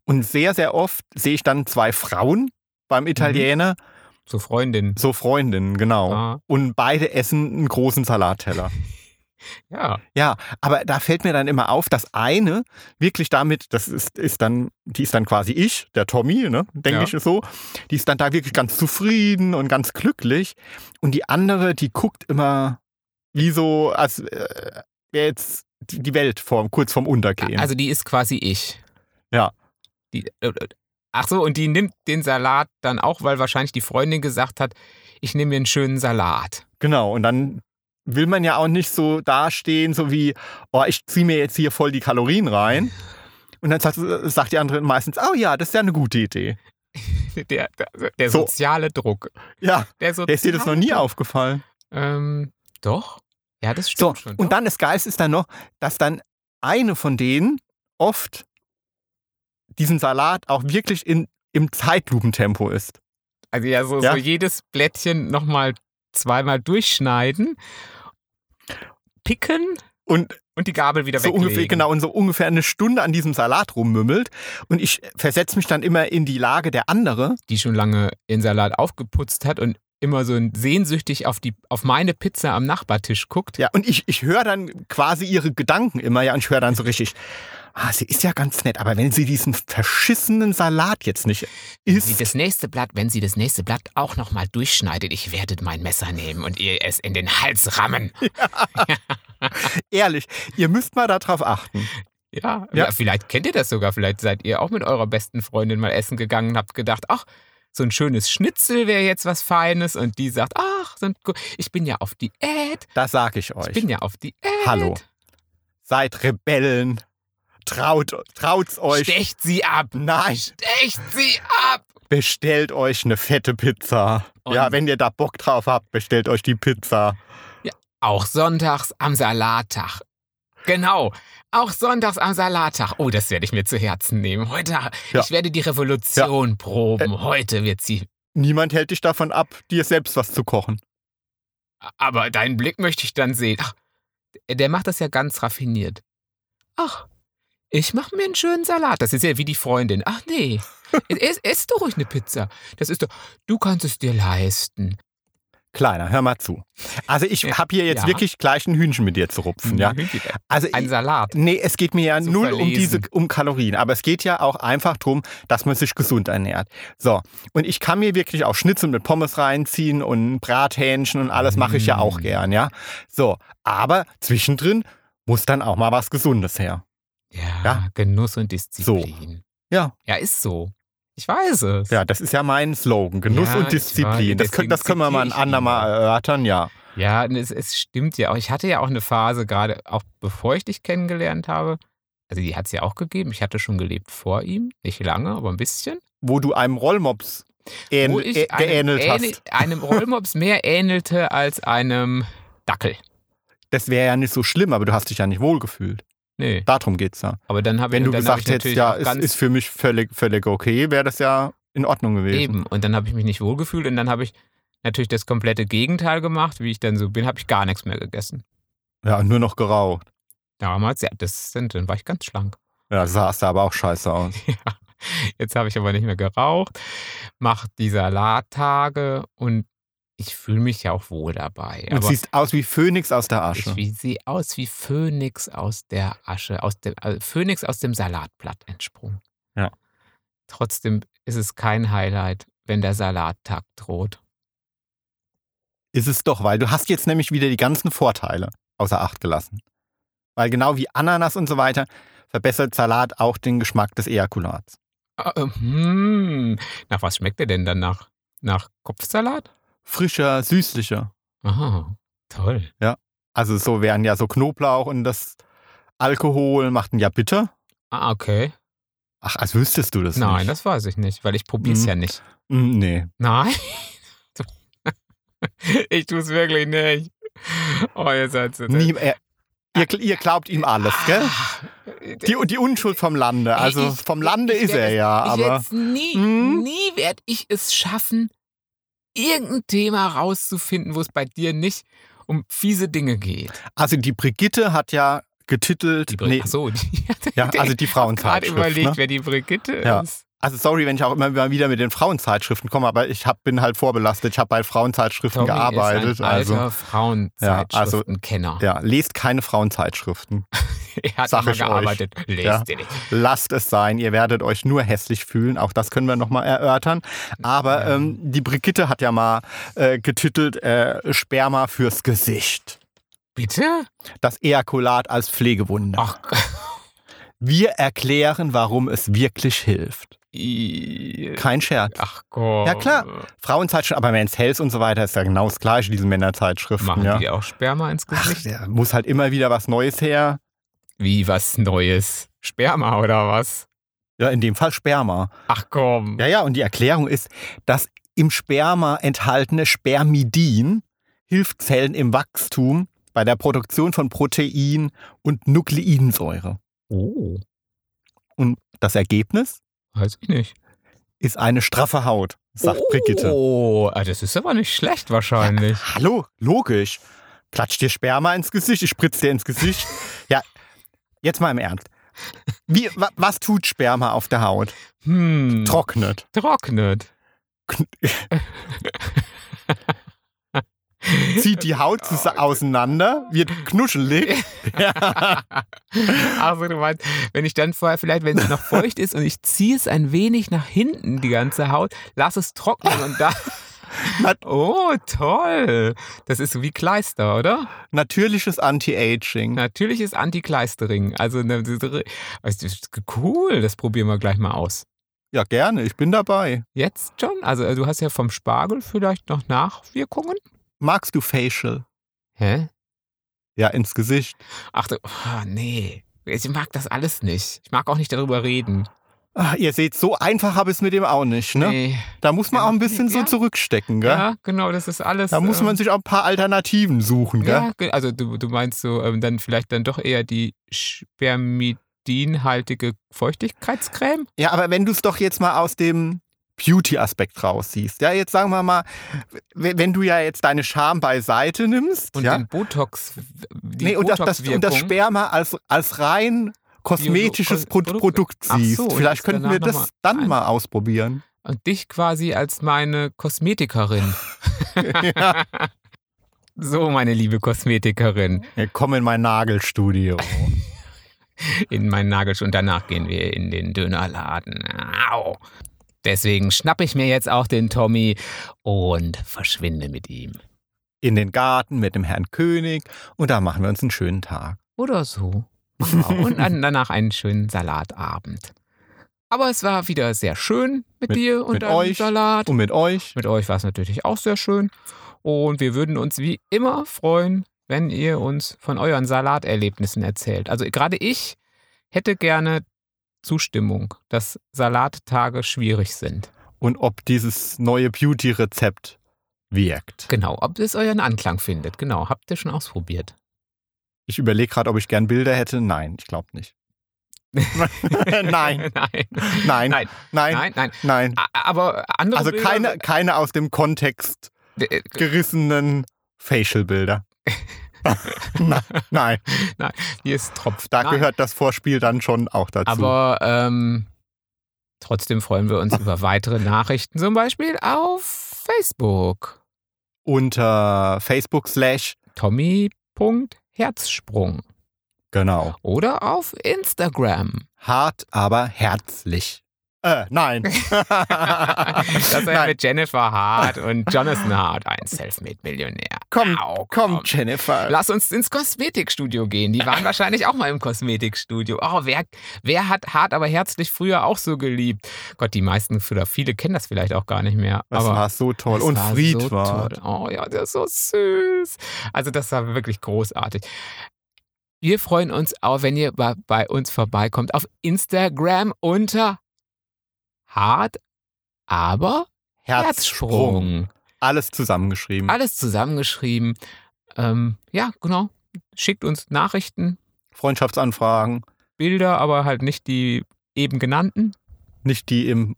Speaker 1: Und sehr, sehr oft sehe ich dann zwei Frauen beim Italiener,
Speaker 2: Zur Freundin.
Speaker 1: so Freundinnen, genau.
Speaker 2: Ah,
Speaker 1: Und beide essen einen großen Salatteller.
Speaker 2: ja.
Speaker 1: Ja, aber da fällt mir dann immer auf, dass eine wirklich damit, das ist, ist dann, die ist dann quasi ich, der Tommy, ne, denke
Speaker 2: Ja.
Speaker 1: ich so, die ist dann da wirklich ganz zufrieden und ganz glücklich. Und die andere, die guckt immer wie so, als äh, wäre jetzt die die Welt vorm, kurz vorm Untergehen.
Speaker 2: Also die ist quasi ich.
Speaker 1: Ja.
Speaker 2: Die, äh, äh, ach so, und die nimmt den Salat dann auch, weil wahrscheinlich die Freundin gesagt hat, ich nehme mir einen schönen Salat.
Speaker 1: genau, und dann will man ja auch nicht so dastehen, so wie, oh, ich ziehe mir jetzt hier voll die Kalorien rein. Und dann sagt, sagt die andere meistens, oh ja, das ist ja eine gute Idee.
Speaker 2: Der, der, der
Speaker 1: So.
Speaker 2: soziale Druck.
Speaker 1: Ja,
Speaker 2: Der, soziale
Speaker 1: der ist dir das noch nie
Speaker 2: Druck.
Speaker 1: aufgefallen.
Speaker 2: Ähm, doch. Ja, das
Speaker 1: So,
Speaker 2: stimmt schon.
Speaker 1: und dann das Geilste ist dann noch, dass dann eine von denen oft diesen Salat auch wirklich in, im Zeitlupentempo isst.
Speaker 2: Also ja, so,
Speaker 1: Ja.
Speaker 2: so jedes Blättchen nochmal zweimal durchschneiden, picken
Speaker 1: Und
Speaker 2: und die Gabel wieder
Speaker 1: so
Speaker 2: weglegen.
Speaker 1: ungefähr, genau, und so ungefähr eine Stunde an diesem Salat rummümmelt. Und ich versetze mich dann immer in die Lage der andere.
Speaker 2: Die schon lange ihren Salat aufgeputzt hat und immer so sehnsüchtig auf, die, auf meine Pizza am Nachbartisch guckt.
Speaker 1: Ja, und ich, ich höre dann quasi ihre Gedanken immer, ja, und ich höre dann so richtig. Ah, sie ist ja ganz nett, aber wenn sie diesen verschissenen Salat jetzt nicht
Speaker 2: Sie
Speaker 1: isst,
Speaker 2: das nächste Blatt, wenn sie das nächste Blatt auch nochmal durchschneidet, ich werde mein Messer nehmen und ihr es in den Hals rammen.
Speaker 1: ehrlich, ihr müsst mal darauf achten.
Speaker 2: Ja,
Speaker 1: Ja.
Speaker 2: ja. vielleicht kennt ihr das sogar. Vielleicht seid ihr auch mit eurer besten Freundin mal essen gegangen und habt gedacht, ach, so ein schönes Schnitzel wäre jetzt was Feines. Und die sagt, ach, so ein, gu- ich bin ja auf Diät.
Speaker 1: Das sage ich
Speaker 2: Ich
Speaker 1: euch.
Speaker 2: bin ja auf Diät.
Speaker 1: Hallo. Seid Rebellen. Traut, traut's euch.
Speaker 2: Stecht sie ab.
Speaker 1: Nein,
Speaker 2: Stecht sie ab.
Speaker 1: bestellt euch eine fette Pizza.
Speaker 2: Und-
Speaker 1: ja, wenn ihr da Bock drauf habt, bestellt euch die Pizza.
Speaker 2: Auch sonntags am Salattag. Genau. Auch sonntags am Salattag. Oh, das werde ich mir zu Herzen nehmen. Heute,
Speaker 1: Ja.
Speaker 2: ich werde die Revolution proben. Heute wird sie.
Speaker 1: Niemand hält dich davon ab, dir selbst was zu kochen.
Speaker 2: Aber deinen Blick möchte ich dann sehen. Ach, der macht das ja ganz raffiniert. Ach, ich mache mir einen schönen Salat. Das ist ja wie die Freundin. Ach nee, es, ess doch ruhig eine Pizza. Das ist doch, du kannst es dir leisten.
Speaker 1: Kleiner, hör mal zu. Also ich
Speaker 2: Ja.
Speaker 1: habe hier jetzt
Speaker 2: Äh, Ja. Mhm.
Speaker 1: wirklich gleich ein Hühnchen mit dir zu rupfen, ja? Also
Speaker 2: Hm. Ein Salat.
Speaker 1: nee, es geht mir ja
Speaker 2: Zu
Speaker 1: null um
Speaker 2: verlesen.
Speaker 1: diese um Kalorien, aber es geht ja auch einfach darum, dass man sich gesund ernährt. So, und ich kann mir wirklich auch Schnitzel mit Pommes reinziehen und Brathähnchen und alles mache ich ja
Speaker 2: Mm.
Speaker 1: auch gern, ja? So, aber zwischendrin muss dann auch mal was Gesundes her.
Speaker 2: Ja,
Speaker 1: Ja.
Speaker 2: Genuss und Disziplin.
Speaker 1: Ja.
Speaker 2: Ja, ist so. Ich weiß es.
Speaker 1: Ja, das ist ja mein Slogan. Genuss
Speaker 2: Ja,
Speaker 1: und
Speaker 2: ich
Speaker 1: Disziplin.
Speaker 2: weiß,
Speaker 1: Das, können- das können wir mal ein
Speaker 2: deswegen
Speaker 1: andermal erörtern, ja.
Speaker 2: Ja, und es, es stimmt ja auch. Ich hatte ja auch eine Phase, gerade auch bevor ich dich kennengelernt habe. Also die hat es ja auch gegeben. Ich hatte schon gelebt vor ihm. Nicht lange, aber ein bisschen.
Speaker 1: Wo du einem Rollmops ähn,
Speaker 2: Wo
Speaker 1: äh,
Speaker 2: ich einem,
Speaker 1: geähnelt
Speaker 2: ähnel-
Speaker 1: hast.
Speaker 2: einem Rollmops mehr ähnelte als einem Dackel.
Speaker 1: Das wäre ja nicht so schlimm, aber du hast dich ja nicht wohlgefühlt.
Speaker 2: Nee,
Speaker 1: Darum geht's ja.
Speaker 2: aber dann habe ich
Speaker 1: Wenn du
Speaker 2: dann
Speaker 1: gesagt
Speaker 2: habe ich
Speaker 1: hättest,
Speaker 2: natürlich
Speaker 1: ja,
Speaker 2: auch
Speaker 1: es
Speaker 2: ganz
Speaker 1: ist für mich völlig, völlig okay, wäre das ja in Ordnung gewesen.
Speaker 2: eben. Und dann habe ich mich nicht wohlgefühlt und dann habe ich natürlich das komplette Gegenteil gemacht, wie ich dann so bin, habe ich gar nichts mehr gegessen.
Speaker 1: Ja, nur noch geraucht.
Speaker 2: Damals, ja, das sind, dann war ich ganz schlank.
Speaker 1: Ja, sahst da aber auch scheiße aus.
Speaker 2: Jetzt habe ich aber nicht mehr geraucht, mache die Salattage und ich fühle mich ja auch wohl dabei.
Speaker 1: und
Speaker 2: Aber
Speaker 1: siehst aus wie Phönix aus der Asche.
Speaker 2: ich wie, sehe aus wie Phönix aus der Asche, aus dem, also Phönix aus dem Salatblatt entsprungen.
Speaker 1: Ja.
Speaker 2: Trotzdem ist es kein Highlight, wenn der Salattag droht.
Speaker 1: Ist es doch, weil du hast jetzt nämlich wieder die ganzen Vorteile außer Acht gelassen. Weil genau wie Ananas und so weiter verbessert Salat auch den Geschmack des Ejakulats.
Speaker 2: Ah, äh, hm. Nach was schmeckt der denn dann? Nach, nach Kopfsalat?
Speaker 1: Frischer, süßlicher.
Speaker 2: Aha, toll.
Speaker 1: Also so wären ja so Knoblauch und das Alkohol macht ihn ja bitter.
Speaker 2: Ah, okay.
Speaker 1: Ach, als wüsstest du das
Speaker 2: Nein, ne?
Speaker 1: nicht.
Speaker 2: das weiß ich nicht, weil ich probiere es
Speaker 1: Mhm.
Speaker 2: ja nicht.
Speaker 1: Mm, Nee.
Speaker 2: Nein. Ich tue es wirklich nicht. Oh, ihr seid so.
Speaker 1: Nie, er, ihr, gl- ihr glaubt ihm alles, gell?
Speaker 2: Ah.
Speaker 1: Die, die Unschuld vom Lande. Also
Speaker 2: Ich-
Speaker 1: vom Lande
Speaker 2: ich
Speaker 1: ist er
Speaker 2: werd-
Speaker 1: ja,
Speaker 2: ich
Speaker 1: aber
Speaker 2: werd's nie,
Speaker 1: Hm?
Speaker 2: nie werde ich es schaffen, irgendein Thema rauszufinden, wo es bei dir nicht um fiese Dinge geht.
Speaker 1: also die Brigitte hat ja getitelt.
Speaker 2: Die Bri-
Speaker 1: nee,
Speaker 2: Ach so, die hat
Speaker 1: ja, also die
Speaker 2: gerade
Speaker 1: Frauenzeitschrift.
Speaker 2: überlegt,
Speaker 1: ne?
Speaker 2: wer die Brigitte
Speaker 1: Ja.
Speaker 2: ist.
Speaker 1: Also sorry, wenn ich auch immer mal wieder mit den Frauenzeitschriften komme, aber ich hab, bin halt vorbelastet. Ich habe bei Frauenzeitschriften
Speaker 2: Tommy
Speaker 1: gearbeitet.
Speaker 2: ist ein
Speaker 1: also
Speaker 2: alter Frauenzeitschriftenkenner.
Speaker 1: ja, lest keine Frauenzeitschriften.
Speaker 2: er hat
Speaker 1: sag
Speaker 2: immer
Speaker 1: ich euch.
Speaker 2: gearbeitet. Lest
Speaker 1: Ja.
Speaker 2: den nicht.
Speaker 1: Lasst es sein, ihr werdet euch nur hässlich fühlen. Auch das können wir nochmal erörtern. Aber
Speaker 2: Ja.
Speaker 1: ähm, die Brigitte hat ja mal äh, getitelt äh, Sperma fürs Gesicht.
Speaker 2: Bitte?
Speaker 1: Das Ejakulat als Pflegewunde.
Speaker 2: Ach,
Speaker 1: Wir erklären, warum es wirklich hilft.
Speaker 2: i-
Speaker 1: Kein Scherz.
Speaker 2: Ach Gott.
Speaker 1: Ja, klar. Frauenzeitschriften, aber Men's Health und so weiter ist ja genau das gleiche, diese Männerzeitschriften.
Speaker 2: Machen
Speaker 1: ja.
Speaker 2: die auch Sperma ins
Speaker 1: Ach,
Speaker 2: Gesicht?
Speaker 1: der muss halt immer wieder was Neues her.
Speaker 2: Wie was Neues? Sperma oder was?
Speaker 1: Ja, in dem Fall Sperma.
Speaker 2: Ach komm.
Speaker 1: Ja, ja, und die Erklärung ist, dass im Sperma enthaltene Spermidin hilft Zellen im Wachstum bei der Produktion von Protein und Nukleinsäure.
Speaker 2: Oh,
Speaker 1: Und das Ergebnis
Speaker 2: weiß ich nicht.
Speaker 1: ist eine straffe Haut, sagt Brigitte.
Speaker 2: Oh, ah, das ist aber nicht schlecht wahrscheinlich.
Speaker 1: Hallo, logisch. Platsch dir Sperma ins Gesicht, ich spritz dir ins Gesicht. ja, jetzt mal im Ernst. Wie, wa, was tut Sperma auf der Haut?
Speaker 2: Hm.
Speaker 1: Trocknet.
Speaker 2: Trocknet.
Speaker 1: Zieht die Haut zus- auseinander, wird knuschelig. ja.
Speaker 2: Also du meinst, wenn ich dann vorher vielleicht, wenn es noch feucht ist und ich ziehe es ein wenig nach hinten, die ganze Haut, lass es trocknen und dann...
Speaker 1: Na-
Speaker 2: Oh, toll. Das ist wie Kleister, oder?
Speaker 1: Natürliches Anti-Aging.
Speaker 2: Natürlich ist Anti-Kleistering. Also, ne, das ist- das ist cool, das probieren wir gleich mal aus.
Speaker 1: Ja, gerne, ich bin dabei.
Speaker 2: Jetzt schon? Also, äh, du hast ja vom Spargel vielleicht noch Nachwirkungen?
Speaker 1: Magst du Facial?
Speaker 2: Hä?
Speaker 1: Ja, ins Gesicht.
Speaker 2: Ach du, ah, nee. Ich mag das alles nicht. Ich mag auch nicht darüber reden.
Speaker 1: Ah, ihr seht, so einfach habe ich es mit dem auch nicht. Ne?
Speaker 2: Nee.
Speaker 1: Da muss man
Speaker 2: Ja,
Speaker 1: auch ein bisschen so
Speaker 2: ja.
Speaker 1: zurückstecken. Gell?
Speaker 2: Ja? genau, das ist alles.
Speaker 1: Da muss
Speaker 2: ähm,
Speaker 1: man sich auch ein paar Alternativen suchen. Gell?
Speaker 2: Ja, ge- also du, du meinst so ähm, dann vielleicht dann doch eher die spermidinhaltige Feuchtigkeitscreme?
Speaker 1: Ja, aber wenn du es doch jetzt mal aus dem Beauty-Aspekt raussiehst, ja, jetzt sagen wir mal, w- wenn du ja jetzt deine Scham beiseite nimmst,
Speaker 2: Und
Speaker 1: ja,
Speaker 2: den Botox, die
Speaker 1: nee, und, das, das,
Speaker 2: Botox-Wirkung?
Speaker 1: und das Sperma als, als rein kosmetisches
Speaker 2: Biolo-
Speaker 1: Pro Produkt
Speaker 2: Produkte. Ach so,
Speaker 1: siehst.
Speaker 2: und
Speaker 1: Vielleicht
Speaker 2: das
Speaker 1: könnten wir
Speaker 2: danach
Speaker 1: das
Speaker 2: noch mal
Speaker 1: dann
Speaker 2: ein-
Speaker 1: mal ausprobieren.
Speaker 2: Und dich quasi als meine Kosmetikerin.
Speaker 1: ja.
Speaker 2: So, meine liebe Kosmetikerin,
Speaker 1: Ja, Komm in mein Nagelstudio.
Speaker 2: in meinen Nagelsch und danach gehen wir in den Dönerladen. Au. Deswegen schnappe ich mir jetzt auch den Tommy und verschwinde mit ihm.
Speaker 1: In den Garten mit dem Herrn König und da machen wir uns einen schönen Tag.
Speaker 2: Oder so. Und dann, danach einen schönen Salatabend. Aber es war wieder sehr schön mit,
Speaker 1: Mit-
Speaker 2: dir und
Speaker 1: mit
Speaker 2: deinem
Speaker 1: euch.
Speaker 2: Salat.
Speaker 1: Und mit euch?
Speaker 2: Mit euch war es natürlich auch sehr schön. Und wir würden uns wie immer freuen, wenn ihr uns von euren Salaterlebnissen erzählt. Also gerade ich hätte gerne Zustimmung, dass Salattage schwierig sind.
Speaker 1: Und ob dieses neue Beauty-Rezept wirkt.
Speaker 2: Genau, ob es euren Anklang findet. Genau, habt ihr schon ausprobiert.
Speaker 1: Ich überlege gerade, ob ich gern Bilder hätte. Nein, ich glaube nicht. nein,
Speaker 2: nein.
Speaker 1: nein, nein,
Speaker 2: Nein.
Speaker 1: nein,
Speaker 2: Nein, nein.
Speaker 1: nein.
Speaker 2: A- Aber andere
Speaker 1: Also
Speaker 2: Bilder-
Speaker 1: keine, keine aus dem Kontext
Speaker 2: Äh,
Speaker 1: gerissenen Facial-Bilder. Na, nein,
Speaker 2: Hier ist Tropf.
Speaker 1: da
Speaker 2: Nein,
Speaker 1: gehört das Vorspiel dann schon auch dazu.
Speaker 2: Aber ähm, trotzdem freuen wir uns über weitere Nachrichten, zum Beispiel auf Facebook.
Speaker 1: Unter Facebook slash,
Speaker 2: Tommy.herzsprung
Speaker 1: genau,
Speaker 2: oder auf Instagram.
Speaker 1: hart, aber herzlich. Äh, nein.
Speaker 2: Das war ja
Speaker 1: Nein.
Speaker 2: mit Jennifer Hart und Jonathan Hart, ein Selfmade-Millionär.
Speaker 1: Komm,
Speaker 2: Au,
Speaker 1: Hm, komm, Jennifer.
Speaker 2: Lass uns ins Kosmetikstudio gehen. Die waren wahrscheinlich auch mal im Kosmetikstudio. Oh, wer, wer hat hart, aber herzlich früher auch so geliebt? Gott, die meisten oder viele kennen das vielleicht auch gar nicht mehr.
Speaker 1: Das
Speaker 2: aber
Speaker 1: war so toll.
Speaker 2: Das
Speaker 1: Und
Speaker 2: war
Speaker 1: Fried
Speaker 2: so
Speaker 1: war.
Speaker 2: toll. Oh ja, der ist so süß. Also das war wirklich großartig. Wir freuen uns auch, wenn ihr bei, bei uns vorbeikommt auf Instagram unter hart, aber
Speaker 1: Herzsprung.
Speaker 2: Herzsprung.
Speaker 1: Alles zusammengeschrieben.
Speaker 2: Alles zusammengeschrieben. Ähm, ja, genau. Schickt uns Nachrichten,
Speaker 1: Freundschaftsanfragen.
Speaker 2: Bilder, aber halt nicht die eben genannten
Speaker 1: Nicht die im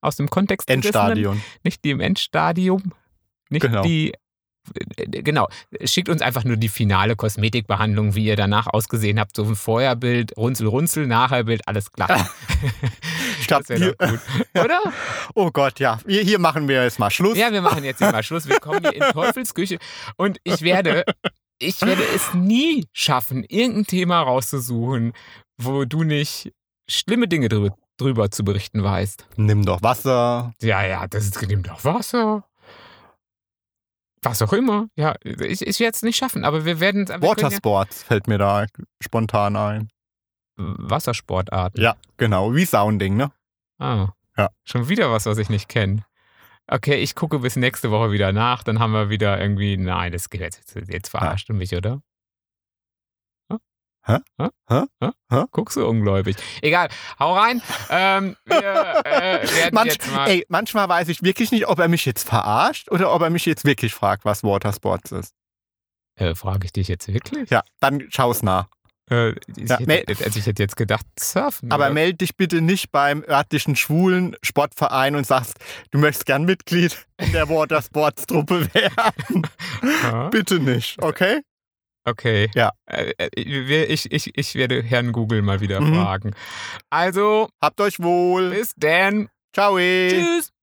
Speaker 2: aus dem Kontext. gerissenen.
Speaker 1: Endstadion.
Speaker 2: nicht die im Endstadium, nicht
Speaker 1: Genau.
Speaker 2: die. Genau, schickt uns einfach nur die finale Kosmetikbehandlung, wie ihr danach ausgesehen habt. So ein Vorherbild, Runzel, Runzel, Nachherbild, alles klar.
Speaker 1: Ich glaub,
Speaker 2: das wäre doch gut. Oder?
Speaker 1: Oh Gott, ja. Hier, hier machen wir jetzt mal Schluss.
Speaker 2: Ja, wir machen jetzt hier mal Schluss. Wir kommen hier in Teufelsküche. Und ich werde, ich werde es nie schaffen, irgendein Thema rauszusuchen, wo du nicht schlimme Dinge drü- drüber zu berichten weißt.
Speaker 1: Nimm doch Wasser.
Speaker 2: Ja, ja, das ist, nimmt doch Wasser. Was auch immer. Ja, ich, ich werde es nicht schaffen, aber wir werden es
Speaker 1: Watersports fällt mir da spontan ein.
Speaker 2: Wassersportarten.
Speaker 1: Ja, genau. Wie Sounding, ne?
Speaker 2: Ah.
Speaker 1: Ja.
Speaker 2: Schon wieder was, was ich nicht kenne. Okay, ich gucke bis nächste Woche wieder nach, dann haben wir wieder irgendwie. Nein, das geht jetzt. Jetzt verarscht du mich, oder? Hä?
Speaker 1: Hä?
Speaker 2: Hä?
Speaker 1: Hä?
Speaker 2: Hä?
Speaker 1: Hä?
Speaker 2: Guckst du ungläubig. Egal, hau rein. Ähm, wir äh, werden
Speaker 1: Manch,
Speaker 2: jetzt mal.
Speaker 1: ey, manchmal weiß ich wirklich nicht, ob er mich jetzt verarscht oder ob er mich jetzt wirklich fragt, was Watersports ist.
Speaker 2: Äh, frage ich dich jetzt wirklich?
Speaker 1: Ja, dann schau's nach.
Speaker 2: Äh, ich,
Speaker 1: Ja,
Speaker 2: hätte,
Speaker 1: mel-
Speaker 2: also ich hätte jetzt gedacht, surfen.
Speaker 1: Aber
Speaker 2: oder?
Speaker 1: melde dich bitte nicht beim örtlichen schwulen Sportverein und sagst, du möchtest gern Mitglied in der Watersports-Truppe werden.
Speaker 2: Ja.
Speaker 1: bitte nicht, okay?
Speaker 2: Okay.
Speaker 1: Ja.
Speaker 2: Äh, äh, wir- ich, ich, ich werde Herrn Google mal wieder
Speaker 1: Mhm.
Speaker 2: fragen. Also,
Speaker 1: Habt euch wohl.
Speaker 2: bis dann.
Speaker 1: Ciao.
Speaker 2: Tschüss.